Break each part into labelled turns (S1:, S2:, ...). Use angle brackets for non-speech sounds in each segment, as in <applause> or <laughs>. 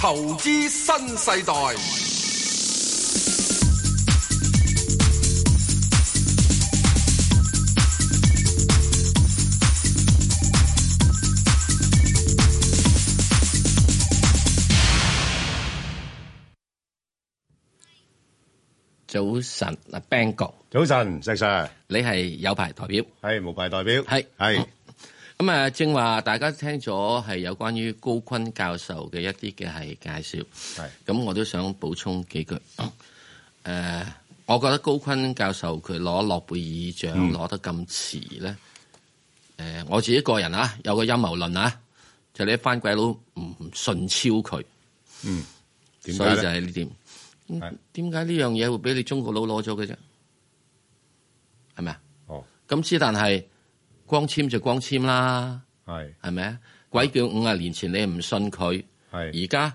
S1: 投資新世代，
S2: 早晨嗱 b a n g
S3: 早晨，石 Sir，
S2: 你係有牌代表，
S3: 係無牌代表，
S2: 係哦
S3: 係
S2: 咁啊，正話大家聽咗係有關於高坤教授嘅一啲嘅係介紹，
S3: 係
S2: 咁我都想補充幾句。 <coughs> 誒、我覺得高坤教授佢攞諾貝
S3: 嗯
S2: 爾獎攞得咁遲咧，誒、我自己個人啊，有個陰謀論啊，就呢一班鬼佬唔順超佢，
S3: 點
S2: 所以
S3: 解
S2: 就係
S3: 咧？
S2: 呢點。
S3: 係
S2: 咁點解呢樣嘢會俾你中國佬攞咗嘅啫？係咪啊？
S3: 哦，
S2: 咁之但係光纖就光纖啦。
S3: 係
S2: 係咪啊？鬼叫五十年前你唔信佢，
S3: 係，
S2: 而家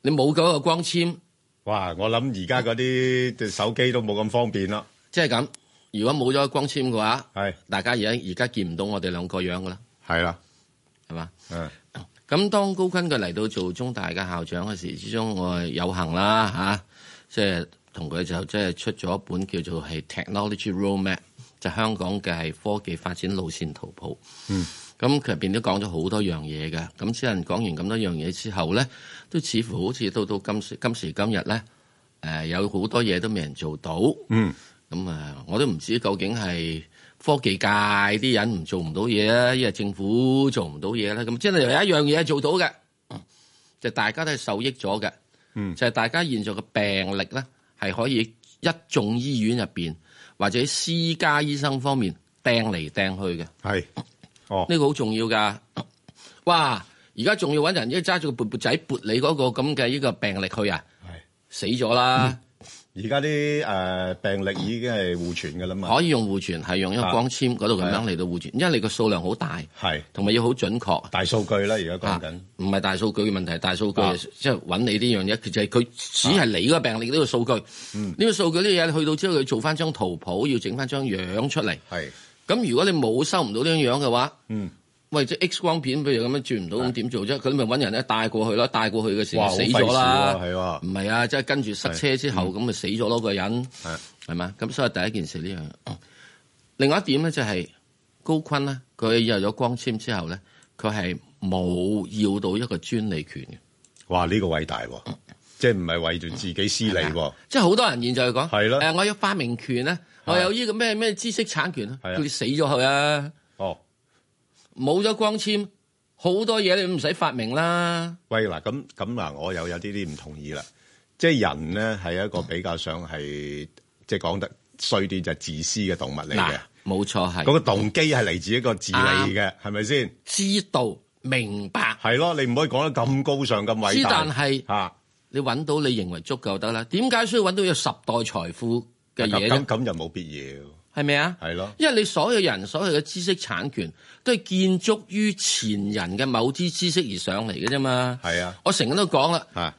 S2: 你冇嗰個光纖，
S3: 哇！我諗而家嗰啲手機都冇咁方便啦，
S2: 即係咁。如果冇咗個光纖嘅話，
S3: 係
S2: 大家而家而家見唔到我哋兩個樣噶啦，
S3: 係啦，
S2: 係嘛？
S3: 嗯
S2: 咁當高坤佢嚟到做中大嘅校長嘅時之中，我有幸啦吓、即係同佢就即係出咗一本叫做係 Technology Roadmap，就香港嘅係科技發展路線圖譜。嗯，咁佢入邊都講咗好多樣嘢嘅。咁只能講完咁多樣嘢之後咧，都似乎好似到到今時今時今日咧，誒、有好多嘢都未人做到。
S3: 嗯，
S2: 咁啊，我都唔知究竟係科技界啲人唔做唔到嘢啊，一係政府做唔到嘢咧。咁真係有一樣嘢係做到嘅，就大家都係受益咗嘅。
S3: 嗯
S2: 就係大家現在嘅病歷咧，係可以一眾醫院入邊或者私家醫生方面掟嚟掟去嘅，呢、
S3: 係，哦
S2: 個好重要㗎。哇！而家仲要揾人一揸住個撥撥仔撥你嗰個咁嘅呢個病歷去啊，
S3: 係。
S2: 死咗啦！
S3: 而家啲誒病歷已經係互傳嘅啦嘛，
S2: 可以用互傳，係用一個光纖嗰度咁樣嚟到互傳，因為你個數量好大，
S3: 係
S2: 同埋要好準確。
S3: 大數據啦，而家講緊
S2: 啊唔係大數據嘅問題，大數據
S3: 啊
S2: 即係揾你呢樣嘢，其實佢只係你嗰個病歷呢個數據。
S3: 嗯
S2: 呢個數據呢嘢去到之後，佢做翻張圖譜，要整翻張樣出嚟。
S3: 係
S2: 咁如果你冇收唔到呢樣樣嘅話，
S3: 嗯，啊
S2: 喂，即係 X 光片，譬如咁樣轉唔到，咁點做啫？佢咪揾人咧帶過去咯，帶過去嘅時
S3: 哇
S2: 候
S3: 好
S2: 死咗啦，
S3: 費事喎係喎
S2: 唔係啊，即係跟住塞車之後咁咪死咗咯個人，
S3: 嗯係
S2: 係嘛？咁所以第一件事呢樣，哦另外一點咧就係高坤咧，佢入咗光纖之後咧，佢係冇要到一個專利權嘅，
S3: 哇！呢個偉大喎，即係唔係為住自己私利喎，
S2: 即係好多人現在講
S3: 係咯
S2: 誒我有發明權咧，我有呢個咩咩知識產權啊，
S3: 係啊
S2: 佢死咗佢啊！
S3: 哦。
S2: 冇咗光纖，好多嘢你唔使發明啦。
S3: 喂嗱，咁咁嗱，我又有啲啲唔同意啦。即係人咧係一個比較上係即係講得衰啲就係自私嘅動物嚟
S2: 嗱啊
S3: 嘅，，
S2: 冇錯
S3: 嗰
S2: 係
S3: 個動機係嚟自一個自利嘅，係咪先？
S2: 知道明白，
S3: 係咯，你唔可以講得咁高尚咁偉
S2: 之
S3: 大。
S2: 但係
S3: 嚇
S2: 你揾到你認為足夠得啦。點解需要揾到有十代財富嘅嘢
S3: 啊
S2: 啫？
S3: 咁咁就冇必要，
S2: 係咪啊？
S3: 係咯，
S2: 因為你所有人所有嘅知識產權都係建築於前人嘅某啲知識而上嚟嘅啫嘛。
S3: 係啊，
S2: 我成日都講啦，
S3: 嚇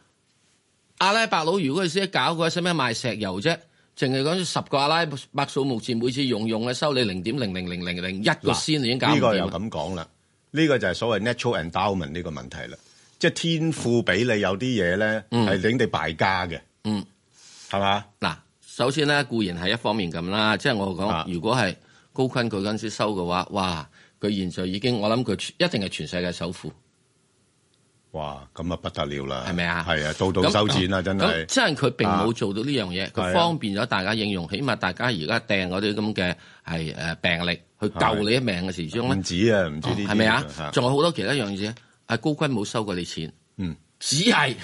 S2: 阿拉伯佬如果佢識得搞嘅話，使咩賣石油啫？淨係講十個阿拉伯數目字，每次用用嘅收你零點零零零零零一個先，已經搞唔
S3: 呢個
S2: 掂
S3: 又
S2: 啦。
S3: 咁講啦，呢個就係所謂 natural endowment 呢個問題啦，即係天賦俾你有啲嘢咧係令你敗家嘅，
S2: 嗯，
S3: 係嘛？
S2: 嗱，首先咧固然係一方面咁啦，即係我
S3: 啊
S2: 講，如果係高坤佢嗰陣時收嘅話，哇！佢現在已經我諗佢全一定係全世界首富，
S3: 哇，咁啊不得了啦，
S2: 係咪啊
S3: 係啊，到到收錢啦，真
S2: 咁
S3: 係啊
S2: 即係佢並冇做到呢樣嘢，
S3: 係
S2: 佢
S3: 啊
S2: 方便咗大家應用，起碼大家而家掟嗰啲咁嘅係誒病歷去救你一命嘅時鐘
S3: 唔
S2: 咧，
S3: 止啊，唔止呢啲
S2: 係咪啊
S3: 嚇？
S2: 仲有好多其他樣嘢，阿高坤冇收過你錢，
S3: 嗯，
S2: 只
S3: <laughs>
S2: 係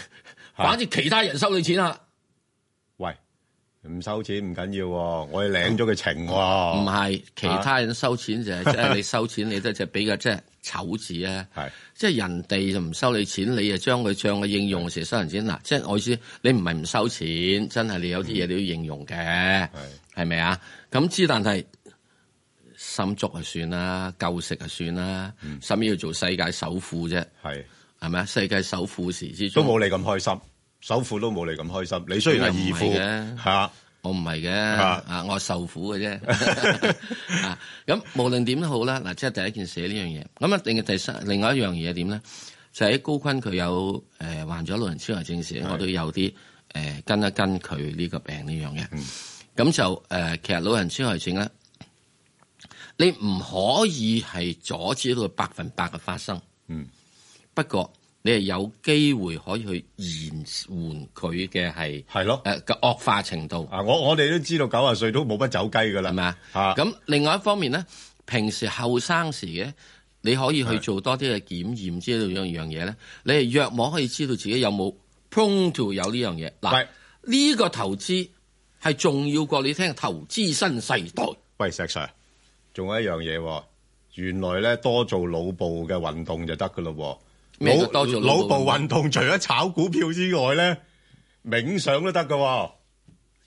S2: 反正其他人收你錢啦，
S3: 喂，唔收錢唔緊要喎，我哋領咗佢情
S2: 唔
S3: 喎，
S2: 係其他人收錢就係即係你收錢，你都係比較即係醜字啊。
S3: 係
S2: 即係人哋就唔收你錢，你就將佢將嘅應用嘅時候收人錢。嗱，即係我意思，你唔係唔收錢，真係你有啲嘢你要應用嘅，係咪啊？咁之但係心足就算啦，夠食就算啦，
S3: 嗯
S2: 使乜要做世界首富啫？
S3: 係
S2: 係咪啊？世界首富時之
S3: 都
S2: 中，
S3: 冇你咁開心，首富都冇你咁開心，你雖然係
S2: 咁又
S3: 義
S2: 唔係
S3: 父
S2: 嘅
S3: 嚇，
S2: 我唔係嘅，
S3: 啊
S2: 啊，我係受苦嘅
S3: <laughs>
S2: 啫。啊，咁無論點都好啦，嗱，即係第一件事呢樣嘢。咁啊，另外第三，另外一樣嘢點咧，就喺高坤佢有誒患咗老人痴呆症時，我都有啲誒、呃跟一跟佢呢個病呢樣嘅。
S3: 嗯
S2: 咁就誒、呃其實老人痴呆症咧，你唔可以係阻止到佢百分百嘅發生。
S3: 嗯，
S2: 不過你係有機會可以去延緩佢嘅係
S3: 係咯
S2: 誒嘅惡化程度。
S3: 啊，我我哋都知道九啊歲都冇乜走雞噶啦，
S2: 係咪啊？
S3: 啊
S2: 咁另外一方面咧，平時後生時嘅你可以去做多啲嘅檢驗，知道樣樣嘢咧，你係約摸可以知道自己有冇 prone to 有呢樣嘢。嗱
S3: 係，
S2: 呢個投資係重要過你聽投資新世代。
S3: 喂，石 Sir，仲有一樣嘢喎，原來咧多做腦部嘅運動就得噶咯喎。
S2: 咩叫
S3: 腦
S2: 多做腦
S3: 腦
S2: 部
S3: 部
S2: 運動
S3: 運動，除咗炒股票之外咧，冥想都得噶喎，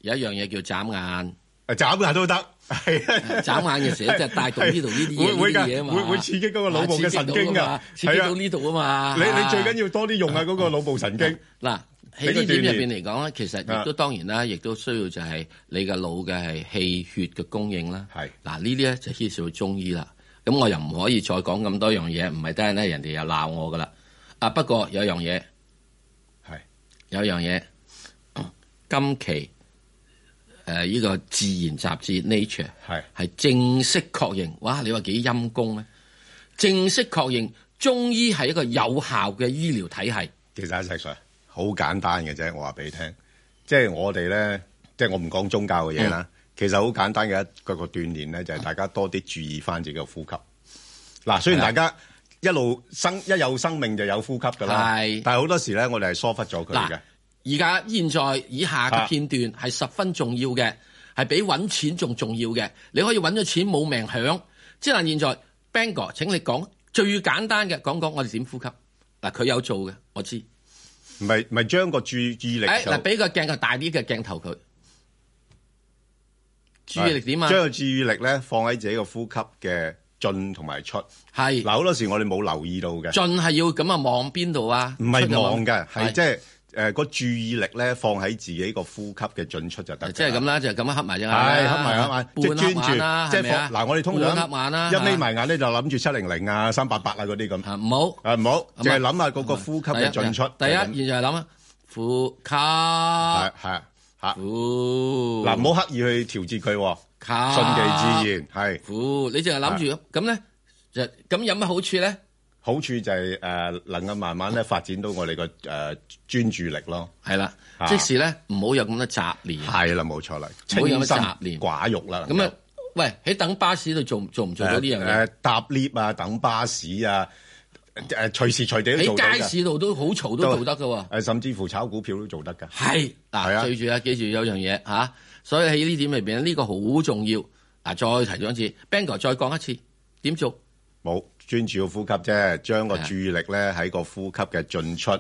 S2: 有一樣嘢叫眨
S3: <laughs>
S2: 眼，
S3: 啊眨下都得，係
S2: <laughs>
S3: 啊
S2: 眨眼嘅
S3: <laughs>
S2: 時候即係帶動呢度呢啲嘢
S3: 係會會
S2: 呢
S3: 㗎
S2: 啲嘢啊嘛，
S3: 會會刺激嗰個腦部嘅神
S2: 刺激
S3: 經㗎
S2: 到啊嘛刺激
S3: 係
S2: 到
S3: 啊
S2: 呢度啊嘛。
S3: 你
S2: 啊
S3: 你最緊要多啲用下嗰個腦部神經，
S2: 嗱，喺呢點入邊嚟講咧，其實亦都
S3: 啊
S2: 當然啦，亦都需要就係你嘅腦嘅係氣血嘅供應啦。
S3: 係
S2: 嗱，呢啲咧就牽涉到中醫啦。咁我又唔可以再講咁多樣嘢，唔係得咧，人哋又鬧我噶啦。啊，不過有樣嘢，
S3: 係
S2: 有樣嘢，嗯今期誒呢個自然雜誌 Nature
S3: 係
S2: 係正式確認，哇！你話幾陰功咧？正式確認中醫係一個有效嘅醫療體系。
S3: 其實阿石 Sir 好簡單嘅啫，我話俾你聽，即係我哋咧，即係我唔講宗教嘅嘢啦。
S2: 嗯
S3: 其實好簡單嘅一個個鍛鍊咧，就係大家多啲注意翻自己嘅呼吸。嗱，雖然大家一路生一有生命就有呼吸㗎啦，
S2: 係
S3: 但係好多時咧，我哋係疏忽咗佢
S2: 嗱
S3: 嘅。，
S2: 而家現在以下嘅
S3: 啊
S2: 片段係十分重要嘅，係比揾錢仲重要嘅。你可以揾咗錢冇命享。即係現在 Bang 哥，請你講最簡單嘅，講講我哋點呼吸。嗱，佢有做嘅，我知。
S3: 唔係唔係將個注意力
S2: 誒，
S3: 就
S2: 哎嗱，俾個鏡頭大啲嘅鏡頭佢，注意力點啊
S3: 將？個注意力咧放喺自己個呼吸嘅進同埋出。
S2: 係
S3: 嗱，好多時我哋冇留意到嘅。
S2: 盡係要咁啊，望邊度啊？
S3: 唔
S2: 出
S3: 係
S2: 就
S3: 望嘅，係
S2: 係
S3: 即係誒個注意力咧放喺自己個呼吸嘅進出就得。
S2: 即係咁，啦，就係咁樣黑啊埋隻眼啦，
S3: 係黑埋黑埋，即係專
S2: 半黑眼啦，
S3: 注，即
S2: 係咪
S3: 係
S2: 啊
S3: 放嗱我哋通
S2: 半黑眼啦，
S3: 常一眯
S2: 係嘛
S3: 埋眼咧就諗住七零零啊、三八八啊嗰啲咁，
S2: 啊，唔好。
S3: 啊唔好，
S2: 啊
S3: 淨係諗下嗰個呼吸嘅進出。
S2: 第
S3: 就係咁
S2: 一，現在諗啊，呼吸，啊
S3: 係係
S2: 嗯
S3: 嚇，
S2: 呼，
S3: 嗱唔好刻意去調節佢喎，順
S2: 啊吸，
S3: 其自然係。
S2: 呼，你淨啊係諗住咁咧，就咁有乜好處咧？
S3: 好處就係誒能夠慢慢咧發展到我哋個誒專注力咯。
S2: 係啦，
S3: 啊
S2: 即使咧唔好有咁多雜念，
S3: 係啦，冇錯啦，
S2: 唔
S3: 清
S2: 好有乜
S3: 心
S2: 雜念
S3: 寡欲啦。
S2: 咁啊，喂，喺等巴士度做做唔做到呢樣嘢？
S3: 誒搭 lift 啊，等巴士啊，誒隨時隨地都做到
S2: 喺
S3: 㗎
S2: 街市度都好嘈都做得噶喎。
S3: 誒，甚至乎炒股票都做得㗎。
S2: 係
S3: 係
S2: 嗱，
S3: 啊
S2: 記住啊，記住有樣嘢嚇，所以喺呢點裏邊呢個好重要。嗱，再提咗一次 b a n g o 再講一次點做？
S3: 冇專注個呼吸啫，將個
S2: 係啊
S3: 注意力咧喺個呼吸嘅進出、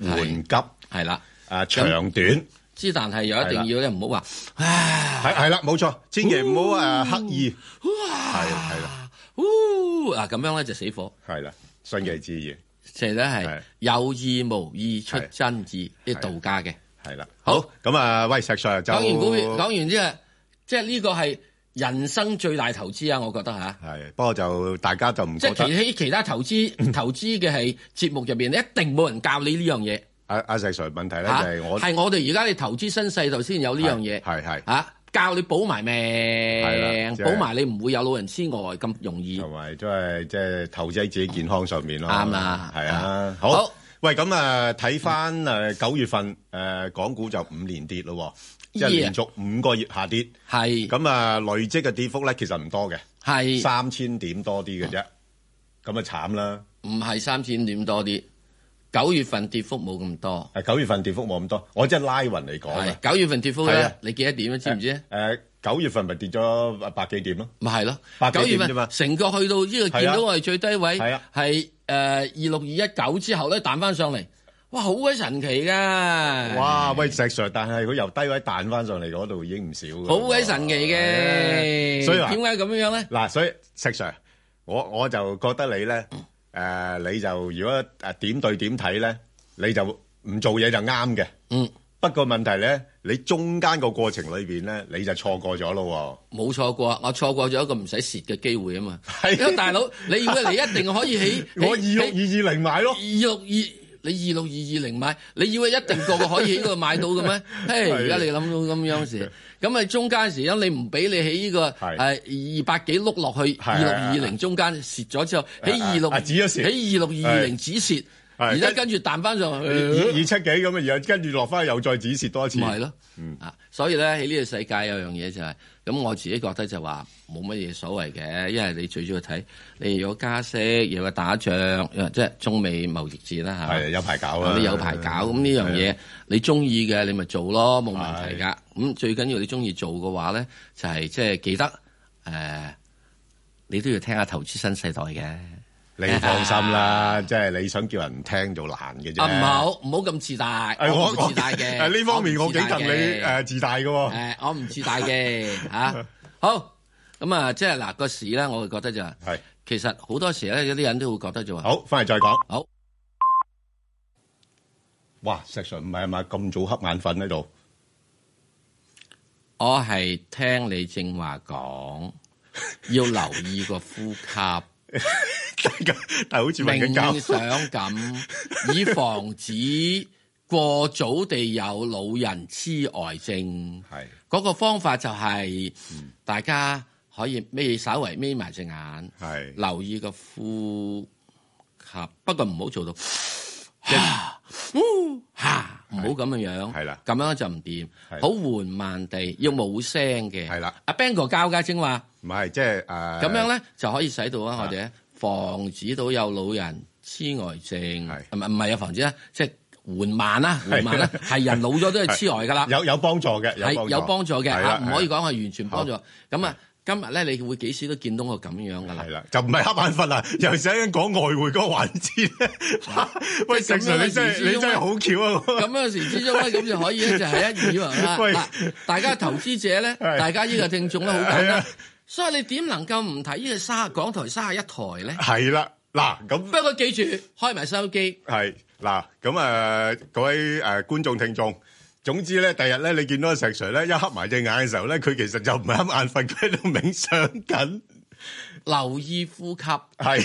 S3: 緩急
S2: 係啦，
S3: 啊長短。
S2: 之但係又一定要咧，唔好話唉。
S3: 係係啦，冇錯，千祈唔好誒刻意。
S2: 哇！
S3: 係係啦，
S2: 呼嗱咁樣咧就死火，
S3: 係啦，順其自然
S2: 其實咧係
S3: 係
S2: 有意無意出真意，啲道家嘅。
S3: 係啦。
S2: 好
S3: 好咁啊，喂石 Sir 就
S2: 講完股票，講完之後，即係呢個係人生最大投資啊！我覺得吓，
S3: 係，不過就大家就唔
S2: 即
S3: 覺
S2: 係
S3: 得
S2: 其。喺其他投
S3: <coughs>
S2: 資投資嘅係節目入邊，一定冇人教你呢樣嘢
S3: 阿阿石 Sir 問題咧就
S2: 嚇。
S3: 係我
S2: 係我哋而家你投資新世代先有呢樣嘢
S3: 係係
S2: 嚇，教你保埋
S3: 係
S2: 命
S3: 啦，即係
S2: 保埋你唔會有老人痴呆咁容易。
S3: 同埋都係即係投資喺自己健康上面咯。
S2: 啱啦
S3: 係
S2: 啊
S3: 啊，
S2: 好
S3: 好。喂，咁啊，睇翻誒九月份誒港股就五連跌咯，即係
S2: Yeah
S3: 連續五個月下跌。
S2: 係
S3: 咁啊，累積嘅跌幅咧其實唔多嘅，
S2: 係。
S3: 三千點多啲嘅啫。咁啊慘啦！
S2: 唔係三千點多啲，九月份跌幅冇咁多，
S3: 誒啊九月份跌幅冇咁多，我即係拉雲嚟講
S2: 係
S3: 啊。
S2: 九月份跌幅
S3: 係
S2: 咧
S3: 啊，
S2: 你幾多點啊？知唔知啊？
S3: 誒九月份咪跌咗百幾點咯？
S2: 咪係咯，
S3: 百
S2: 九
S3: 幾
S2: 月
S3: 點啫嘛
S2: 份成個去到呢個
S3: 係啊
S2: 見到我哋最低位
S3: 係啊
S2: 係誒二六二一九之後咧彈翻上嚟，哇好鬼神奇噶！
S3: 哇！喂，石 Sir，但係佢由低位彈翻上嚟嗰度已經唔少㗎喎
S2: 好鬼神奇嘅，
S3: 啊所以話
S2: 點解咁樣咧？
S3: 嗱，所以石 Sir，我我就覺得你咧，誒、你就如果誒點對點睇咧，你就唔做嘢就啱嘅。
S2: 嗯，
S3: 不過問題咧，你中間個過程裏邊咧，你就錯過咗咯
S2: 冇錯過，我錯過咗一個唔使蝕嘅機會啊嘛！
S3: 係
S2: 因為大佬，你以為你一定可以喺
S3: <laughs> 喎。我二六
S2: 喺
S3: 二二零買咯，
S2: 二六二你二六二二零買，你以為一定個個可以喺呢度買到嘅
S3: <laughs>
S2: 咩？
S3: 啊
S2: 嘿，而家你諗到咁樣時，咁啊中間時因你唔俾你喺呢個啊
S3: 係
S2: 誒二百幾碌落去
S3: 係
S2: 二
S3: 係
S2: 六二零中間蝕咗之後，喺二六
S3: 啊止咗蝕
S2: 喺二六二二零止蝕，而家跟住彈翻上去，
S3: 二二七幾咁啊，然後跟住落翻又再止蝕多一次。
S2: 咪係咯，
S3: 嗯
S2: 啊，所以咧喺呢個世界有樣嘢就係、咁我自己覺得就話冇乜嘢所謂嘅，因為你最主要睇你如果加息，又話打仗，又即係中美貿易戰啦
S3: 係啊
S2: 嚇，
S3: 有排搞啊
S2: 咁你有排搞，咁呢樣嘢你中意嘅你咪做咯，冇問題㗎。咁最緊要你中意做嘅話咧，就係即係記得誒、呃你都要聽下投資新世代嘅。
S3: 你放心啦，即係你想叫人聽就難嘅啫。
S2: 啊唔好唔好咁自大，
S3: 誒，
S2: 我
S3: 哎我
S2: 唔自大嘅。
S3: 誒 <laughs> 呢方面我
S2: 唔
S3: 幾
S2: 自大
S3: 戥你
S2: 嘅
S3: 誒自大嘅喎。
S2: 誒，
S3: <laughs>
S2: 我唔自大嘅嚇。好咁啊，即係嗱個市咧，我會覺得就係
S3: 係
S2: 其實好多時咧，有啲人都會覺得就話
S3: 好，翻嚟再講。
S2: 好。
S3: 哇！石 Sir 唔係嘛，咁早瞌眼瞓喺度。 <laughs>
S2: 我係聽你正話講，要留意個呼吸，
S3: 但係好似瞓緊
S2: 冥
S3: 覺，
S2: 想咁，以防止過早地有老人痴呆症。
S3: 係
S2: <laughs> 嗰個方法就係大家可以眯稍微眯埋隻眼，
S3: 係
S2: 留意個呼吸，不過唔好 <laughs> 做到嗯嚇，唔好咁樣樣，
S3: 係啦
S2: 咁樣就唔掂，
S3: 係
S2: 好緩慢地，要冇聲嘅，
S3: 係啦。
S2: 阿 Bang 哥教㗎正話，
S3: 唔係即係誒
S2: 咁樣咧就可以使到啊，我哋咧防止到有老人痴呆症，
S3: 係
S2: 唔係唔係啊，防止啊，即係緩慢啦，緩慢
S3: <laughs>
S2: 啦，係人老咗都係痴呆㗎啦。
S3: 有有幫助嘅，
S2: 係
S3: 有
S2: 有幫助嘅嚇，
S3: 係啦
S2: 唔可以講係完全幫助。咁啊，今日咧你會幾時都見到我咁樣噶啦
S3: 係。啦，就唔係瞌眼瞓啦， <laughs> 又想講外匯嗰個環
S2: <laughs>
S3: 節咧。喂，
S2: 即
S3: 石
S2: 係咁
S3: Sir
S2: 樣
S3: 你真
S2: 嘅時鐘
S3: 係你真係好巧啊！
S2: 咁嗰時之中咧，咁就可以咧就係一
S3: <laughs>
S2: 以為啦。
S3: 喂
S2: 嗱，大家投資者咧，
S3: 係
S2: 大家呢個聽眾咧好簡
S3: 係
S2: 單
S3: 啊，
S2: 所以你點能夠唔睇呢個三港台三十一台咧？
S3: <laughs> 係啦，嗱咁。
S2: 不過記住開埋收音機，
S3: 係嗱，咁啊，各位誒觀眾聽眾，總之咧，第日咧，你見到阿石 Sir 咧一黑埋隻眼嘅時候咧，佢其實就唔係瞌眼瞓，佢喺度冥想緊，
S2: 留意呼吸，
S3: 係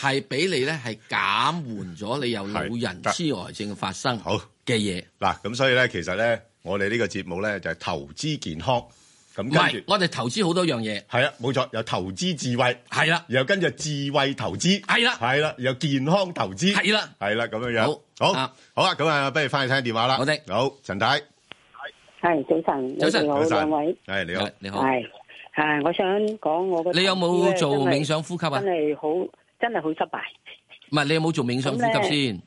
S2: 係俾你咧係減緩咗你有老人
S3: 係得
S2: 痴呆症發生
S3: 好
S2: 嘅嘢。
S3: 嗱，咁所以咧，其實咧，我哋呢個節目咧就係投資健康，咁跟
S2: 唔
S3: 住
S2: 係，我哋投資好多樣嘢，
S3: 係啊，冇錯，有投資智慧，
S2: 係啦，
S3: 然後跟住智慧投資，
S2: 係啦
S3: 係啦，有健康投資，
S2: 係啦
S3: 係啦，咁樣樣，
S2: 好
S3: 好，
S2: 啊
S3: 好啦，咁啊，不如翻去聽電話啦，
S2: 好的
S3: 好，陳太，
S4: 系早晨，
S2: 早晨
S4: 你哋
S3: 早
S4: 好
S3: 晨
S4: 兩位，
S3: 係你好，
S2: 你好，
S4: 係係，我想講我嘅
S2: 你有冇做
S4: 投資
S2: 冥
S4: 咧？
S2: 想呼吸啊
S4: 真？係好，真係好失敗，
S2: 唔係你有冇做冥想呼吸先？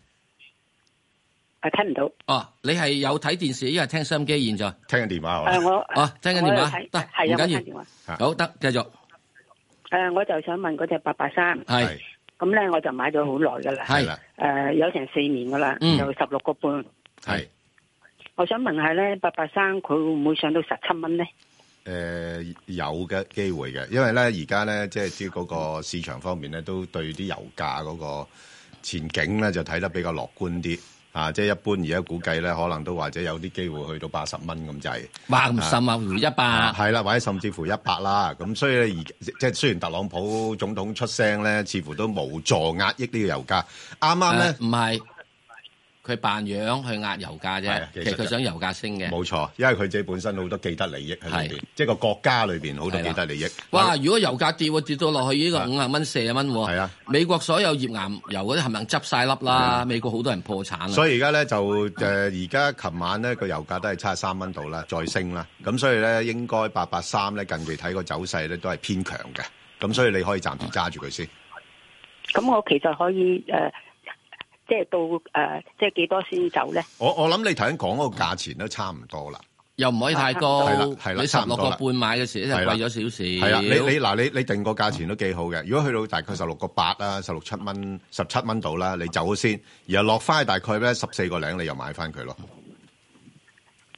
S4: 啊聽唔到。
S2: 哦，你係有睇電視，一係聽收音機現在。
S3: 聽緊電話係
S4: 誒
S3: 嘛？
S4: 我
S2: 哦，聽緊電
S4: 我
S2: 話
S4: 係
S2: 得，
S4: 係
S2: 唔
S4: 啊，我聽
S2: 緊
S4: 電話。
S2: 要。
S3: 啊
S2: 好得，繼續
S4: 誒，我就想問嗰隻八八三，
S2: 係
S4: 咁咧我就買咗好耐噶啦，
S2: 係
S3: 啦，
S4: 誒有成四年噶啦，
S2: 嗯
S4: 就十六個半。
S3: 係。
S4: 我想問下咧，八八三佢會唔會上到十七蚊咧？
S3: 誒、呃有嘅機會嘅，因為咧而家咧即係啲嗰個市場方面咧，都對啲油價嗰個前景咧就睇得比較樂觀啲啊！即係一般而家估計咧，可能都或者有啲機會去到八十蚊咁滯，
S2: 哇咁深啊，回一百
S3: 係啦，或者甚至乎一百啦。咁所以咧，而即係雖然特朗普總統出聲咧，似乎都無助壓抑呢個油價。啱啱咧
S2: 誒，唔係佢扮樣去壓油價
S3: 係啊
S2: 啫，
S3: 其實
S2: 其實佢
S3: 就
S2: 想油價升嘅。
S3: 冇錯，因為佢自己本身好多既得利益喺裏
S2: 係
S3: 邊，即係個國家裏邊好多
S2: 係啦
S3: 既得利益。
S2: 哇！如果油價跌喎，跌到落去呢個五啊蚊、四啊蚊喎，
S3: 係啊，
S2: 美國所有頁岩油嗰啲冚唪唥執晒粒啦，美國好多人破產啊啦。
S3: 所以而家咧就誒，而家琴晚咧個油價都係七十三蚊度啦，再升啦。咁所以咧應該八八三咧近期睇個走勢咧都係偏強嘅。咁所以你可以
S2: 嗯
S3: 暫時揸住佢先。
S4: 咁我其實可以誒，即係到誒，即係幾多先走咧？
S3: 我我諗你頭先講嗰個價錢都差唔多啦。
S2: 又唔可以太高
S3: 係啦係，
S2: 你
S3: 啦
S2: 十
S3: 差唔
S2: 六
S3: 多
S2: 個
S3: 啦
S2: 半買嘅時咧就
S3: 係啦
S2: 貴咗少
S3: 係啦，
S2: 少。
S3: 你你嗱你你定個價錢都幾好嘅。如果去到大概十六個八啦，十六七蚊、十七蚊度啦，你走先，然後落翻去大概咧十四個零，你又買翻佢咯。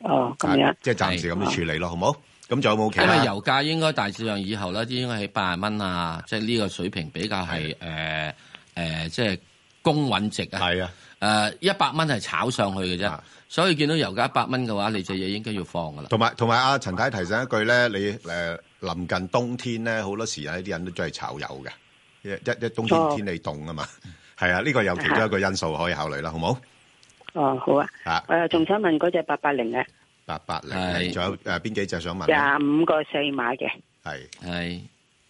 S4: 哦，咁樣
S3: 啊。即係暫時咁樣處理咯，好冇？咁仲有冇其
S2: 因為
S3: 他？
S2: 油價應該大致上以後咧，應該喺八十蚊啊，即係呢個水平比較係誒誒，即係公允值啊。
S3: 係啊，
S2: 誒一百蚊係炒上去嘅啫
S3: 啊，
S2: 所以見到油價一百蚊嘅話，你隻嘢應該要放噶啦。
S3: 同埋同埋阿陳太提醒一句咧，你誒臨近冬天咧，好多時咧啲人都中意炒油嘅，一一一冬天
S4: 哦
S3: 天氣凍啊嘛，係啊，呢個有其中一個因素可以考慮啦，好
S4: <laughs>
S3: 冇？
S4: 哦，好啊。
S3: 啊，
S4: 誒，仲想問嗰只八八零啊嘅
S3: 八八零，
S2: 係
S3: 仲有誒邊幾隻想問咧？
S4: 廿五個四買嘅，
S3: 係，
S2: 係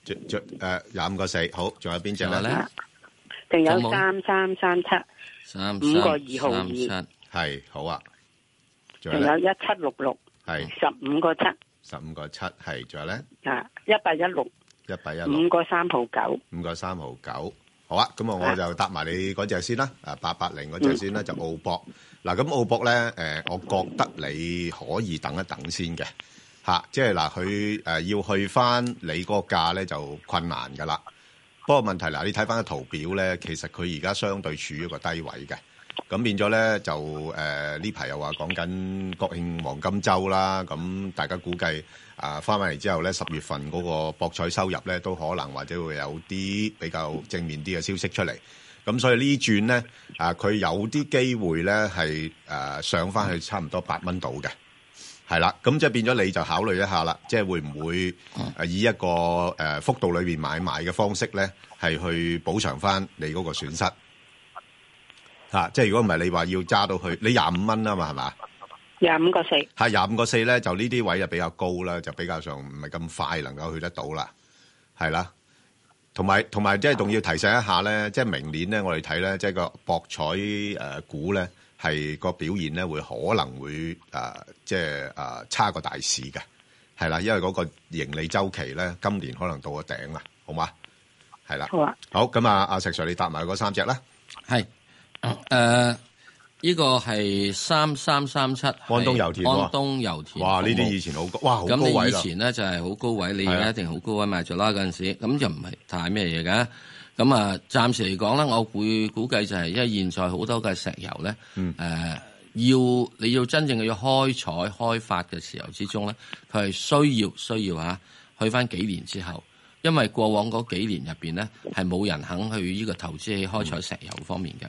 S3: 仲仲誒廿五個四，好，仲有邊隻
S2: 仲有
S3: 咧？
S2: 咧
S4: 仲有
S2: 有冇
S4: 三三三七，
S2: 三
S4: 五個二毫
S2: 三
S4: 二
S2: 三七
S3: 係，好啊，仲有
S4: 仲
S3: 咧
S4: 有一七六六，
S3: 係
S4: 十五個七
S3: 十五個七，係，仲有咧
S4: 啊，一八一六，
S3: 一八一六
S4: 五個三毫九，
S3: 五個三毫九。好啊，咁啊，我
S4: 啊
S3: 就答埋你嗰只先啦，啊八八零嗰只先啦，就澳博。嗱，咁澳博咧，誒、我覺得你可以等一等先嘅，嚇、即係嗱，佢誒、呃要去翻你嗰個價咧就困難㗎啦。不過問題嗱，你睇翻個圖表咧，其實佢而家相對處於一個低位嘅，咁變咗咧就誒呢排又話講緊國慶黃金周啦，咁大家估計啊翻返嚟之後咧，十月份嗰個博彩收入咧都可能或者會有啲比較正面啲嘅消息出嚟，咁所以呢轉咧啊佢有啲機會咧係誒上翻去差唔多八蚊度嘅。係啦，咁即係變咗你就考慮一下啦，即係會唔會呃以一個誒、呃幅度裏面買賣嘅方式咧，係去補償翻你嗰個損失嚇、啊即係如果唔係你話要揸到去，你廿五蚊啊嘛，係嘛？
S4: 廿五個四，
S3: 係廿五個四咧，就呢啲位就比較高啦，就比較上唔係咁快能夠去得到啦，係啦。同埋同埋即係仲要提醒一下咧，即係明年咧，我哋睇咧，即係個博彩誒、呃股咧，係個表現咧會可能會誒、呃即係誒、呃差過大市嘅，係啦，因為嗰個盈利周期咧，今年可能到個頂啦，好嘛？係啦，
S4: 好啊，
S3: 好咁啊，阿石 Sir 你答埋嗰三隻啦，
S2: 係誒呃呢個係三三三七安
S3: 東油田喎
S2: 安東油田
S3: 哇！呢
S2: 服務
S3: 啲以前好高，哇，好
S2: 咁
S3: 高位
S2: 你
S3: 啦
S2: 以，前咧就係好高位，你而
S3: 係啊
S2: 家一定好高位買咗啦嗰陣時，咁就唔係太咩嘢㗎。咁啊，暫時嚟講咧，我會估計就係、因為現在好多嘅石油咧，誒、
S3: 嗯
S2: 要你要真正嘅要開採開發嘅時候之中咧，佢係需要需要嚇去翻幾年之後，因為過往嗰幾年入邊咧係冇人肯去呢個投資喺開採石油方面嘅。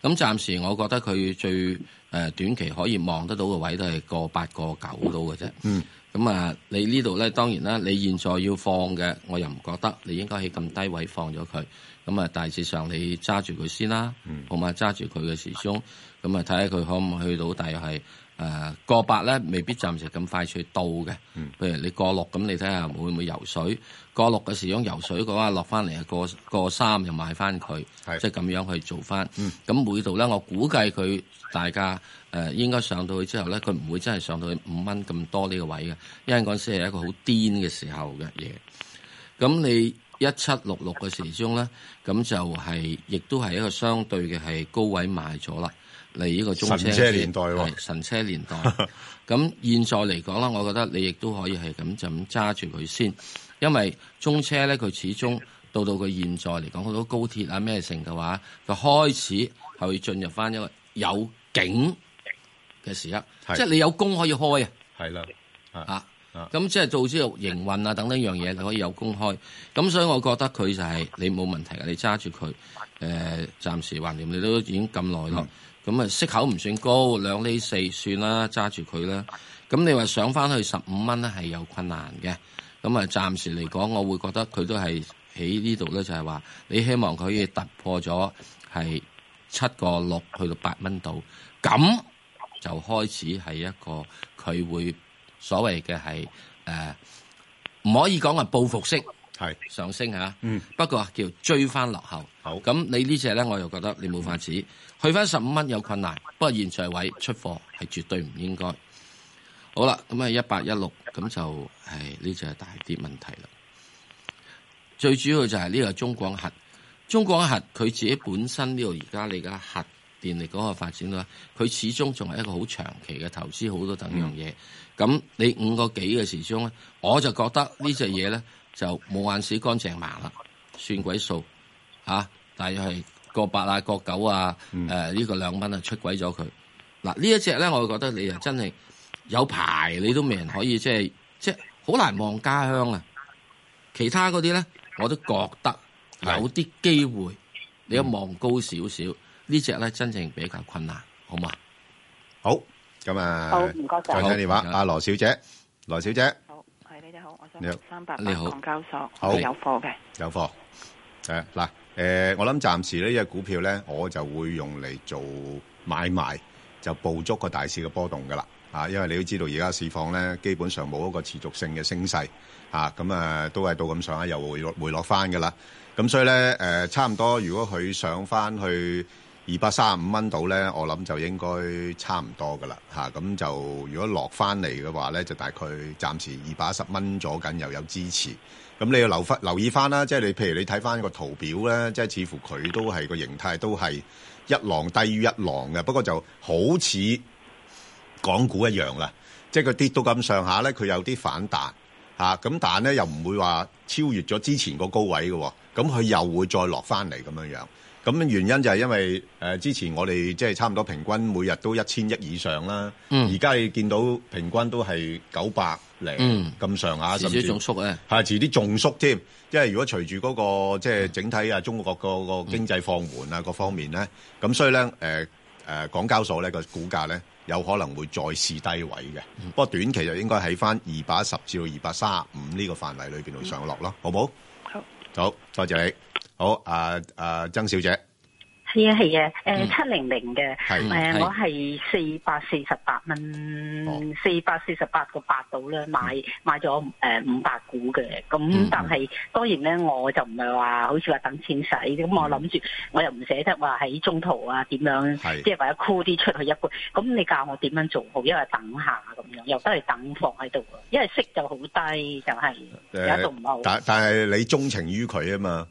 S2: 咁暫時我覺得佢最誒、呃短期可以望得到嘅位都係個八個九到嘅啫。
S3: 嗯。
S2: 咁啊，你呢度咧當然啦，你現在要放嘅，我又唔覺得你應該喺咁低位放咗佢。咁啊，大致上你揸住佢先啦，好嘛？揸住佢嘅時鐘，咁啊睇下佢可唔可以去到大約係誒過百咧，未必暫時咁快脆到嘅。譬如你過六咁，你睇下會唔會游水？過六嘅時鐘游水嘅話，落翻嚟係過過三又買翻佢，
S3: 係
S2: 即係咁樣去做翻。咁每度咧，我估計佢大家誒、呃、應該上到去之後咧，佢唔會真係上到去五蚊咁多呢個位嘅，因為嗰陣時係一個好癲嘅時候嘅嘢。咁你一七六六嘅時鐘咧，咁就係、亦都係一個相對嘅係高位賣咗啦。嚟呢個中車
S3: 神車年代喎
S2: 係神車年代。
S3: <laughs>
S2: 咁現在嚟講啦，我覺得你亦都可以係咁就咁揸住佢先，因為中車咧佢始終到到佢現在嚟講，好多高鐵啊咩成嘅話，佢開始係會進入翻一個有景嘅時刻，
S3: 係
S2: 即係你有工可以開啊。
S3: 係啦，啊
S2: 啊
S3: 啊，
S2: 咁即係做之後營運啊等等樣嘢，你可以有公開。咁所以我覺得佢就係、你冇問題嘅，你揸住佢。誒、暫時橫掂你都已經咁耐
S3: 嗯
S2: 咯。咁啊、息口唔算高，兩厘四算啦，揸住佢啦。咁你話上翻去十五蚊咧係有困難嘅。咁啊，暫時嚟講，我會覺得佢都係喺呢度咧，就係話你希望佢可以突破咗係七個六去到八蚊度，咁就開始係一個佢會所謂嘅係誒，唔可以講係報復式
S3: 係
S2: 上升嚇，
S3: 嗯
S2: 不過叫追翻落後。
S3: 好
S2: 咁你呢只咧，我又覺得你冇法子，去翻十五蚊有困難，不過現在位出貨係絕對唔應該。好啦，咁啊一八一六咁就係呢只係大啲問題啦。最主要就係呢個中廣核，中廣核佢自己本身呢度而家你而家核電力嗰個發展啦，佢始終仲係一個好長期嘅投資，好多等樣嘢。咁、你五個幾嘅時鐘咧，我就覺得呢只嘢咧就冇眼屎乾淨麻啦，算鬼數嚇、啊大約係個八啊、個九啊、誒
S3: 嗯
S2: 呢、個兩蚊啊出軌咗佢。嗱呢一隻咧，我覺得你啊真係有排你都未人可以即係即係好難望家鄉啊！其他嗰啲咧，我都覺得
S3: 係
S2: 有啲機會，你一望高少少，呢只咧真正比較困難，好嘛？
S3: 好，咁啊，
S4: 好唔該
S3: 再
S4: 晒
S2: 好
S3: 聽電話，
S2: 唔該
S3: 阿啊羅小姐，羅小姐
S5: 好，系你哋好，我想
S3: 你好
S5: 問三百
S2: 你好
S5: 八港交所
S3: 好
S5: 有貨嘅，
S3: 有貨，誒嗱诶、我諗暫時呢只股票咧，我就會用嚟做買賣，就捕捉個大市嘅波動噶啦。啊，因為你都知道而家市況咧，基本上冇一個持續性嘅升勢，啊，咁啊都係到咁上下又回落回落翻噶啦。咁所以咧，誒、差唔多，如果佢上翻去二百三十五蚊度咧，我諗就應該差唔多噶啦嚇。咁、就如果落翻嚟嘅話咧，就大概暫時二百一十蚊左緊又有支持。咁你要留翻留意翻啦，即係你譬如你睇翻個圖表咧，即係似乎佢都係個形態都係一浪低於一浪嘅，不過就好似港股一樣啦，即係佢跌到咁上下咧，佢有啲反彈嚇，咁、但係咧又唔會話超越咗之前個高位嘅喎，咁佢又會再落翻嚟咁樣樣。咁原因就係因為誒、呃之前我哋即係差唔多平均每日都一千億以上啦，
S2: 嗯
S3: 而家、你見到平均都係九百零
S2: 嗯
S3: 咁上下，
S2: 至
S3: 甚
S2: 少
S3: 至
S2: 仲縮啊！
S3: 係遲啲仲縮添，因為如果隨住嗰、個即係整體啊中國個個經濟放緩啊各方面咧，咁所以咧誒誒港交所咧個股價咧有可能會再試低位嘅，不過短期就應該喺翻二百一十至到二百三十五呢個範圍裏邊度上落咯，好冇？
S4: 好，
S3: 好多謝你，好啊啊曾小姐，
S5: 係啊係啊，誒
S2: 嗯
S5: 七零零嘅，
S3: 係
S5: 誒、
S2: 係
S5: 我係四百四十八蚊
S3: 哦，
S5: 四百四十八個八度咧買買咗呃誒五百股嘅，
S2: 嗯
S5: 咁但係當然咧我就唔係話好似話等錢使，咁
S2: 嗯
S5: 我諗住我又唔捨得話喺中途啊點樣
S3: 係，
S5: 即係或者箍啲出去一半，咁你教我點樣做好？因為等下咁樣，又都係等放喺度，因為息就好低，就係、有一度唔好。
S3: 呃但但係你鍾情於佢啊嘛，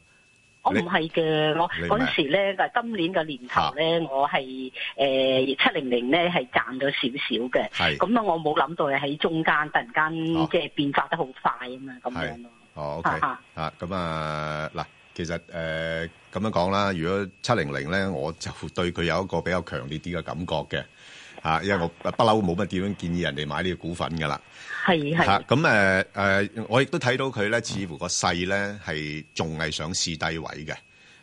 S5: 我
S3: 你
S5: 唔係嘅，我
S3: 你
S5: 嗰
S3: 咩
S5: 陣時咧，今年嘅年頭咧，我係誒七零零咧係賺咗少少嘅，
S3: 係
S5: 咁啊我冇諗到係喺中間突然間
S3: 哦
S5: 即係變化得好快啊嘛，咁樣咯。
S3: 哦，OK，
S5: 啊
S3: 啊，咁啊，嗱，其實誒咁、樣講啦，如果七零零咧，我就對佢有一個比較強烈啲嘅感覺嘅，啊，因為我不嬲冇乜點樣建議人哋買呢個股份㗎啦，
S5: 係
S3: 嚇
S5: 係
S3: 咁誒誒，我亦都睇到佢咧，似乎個勢咧係仲係想試低位嘅。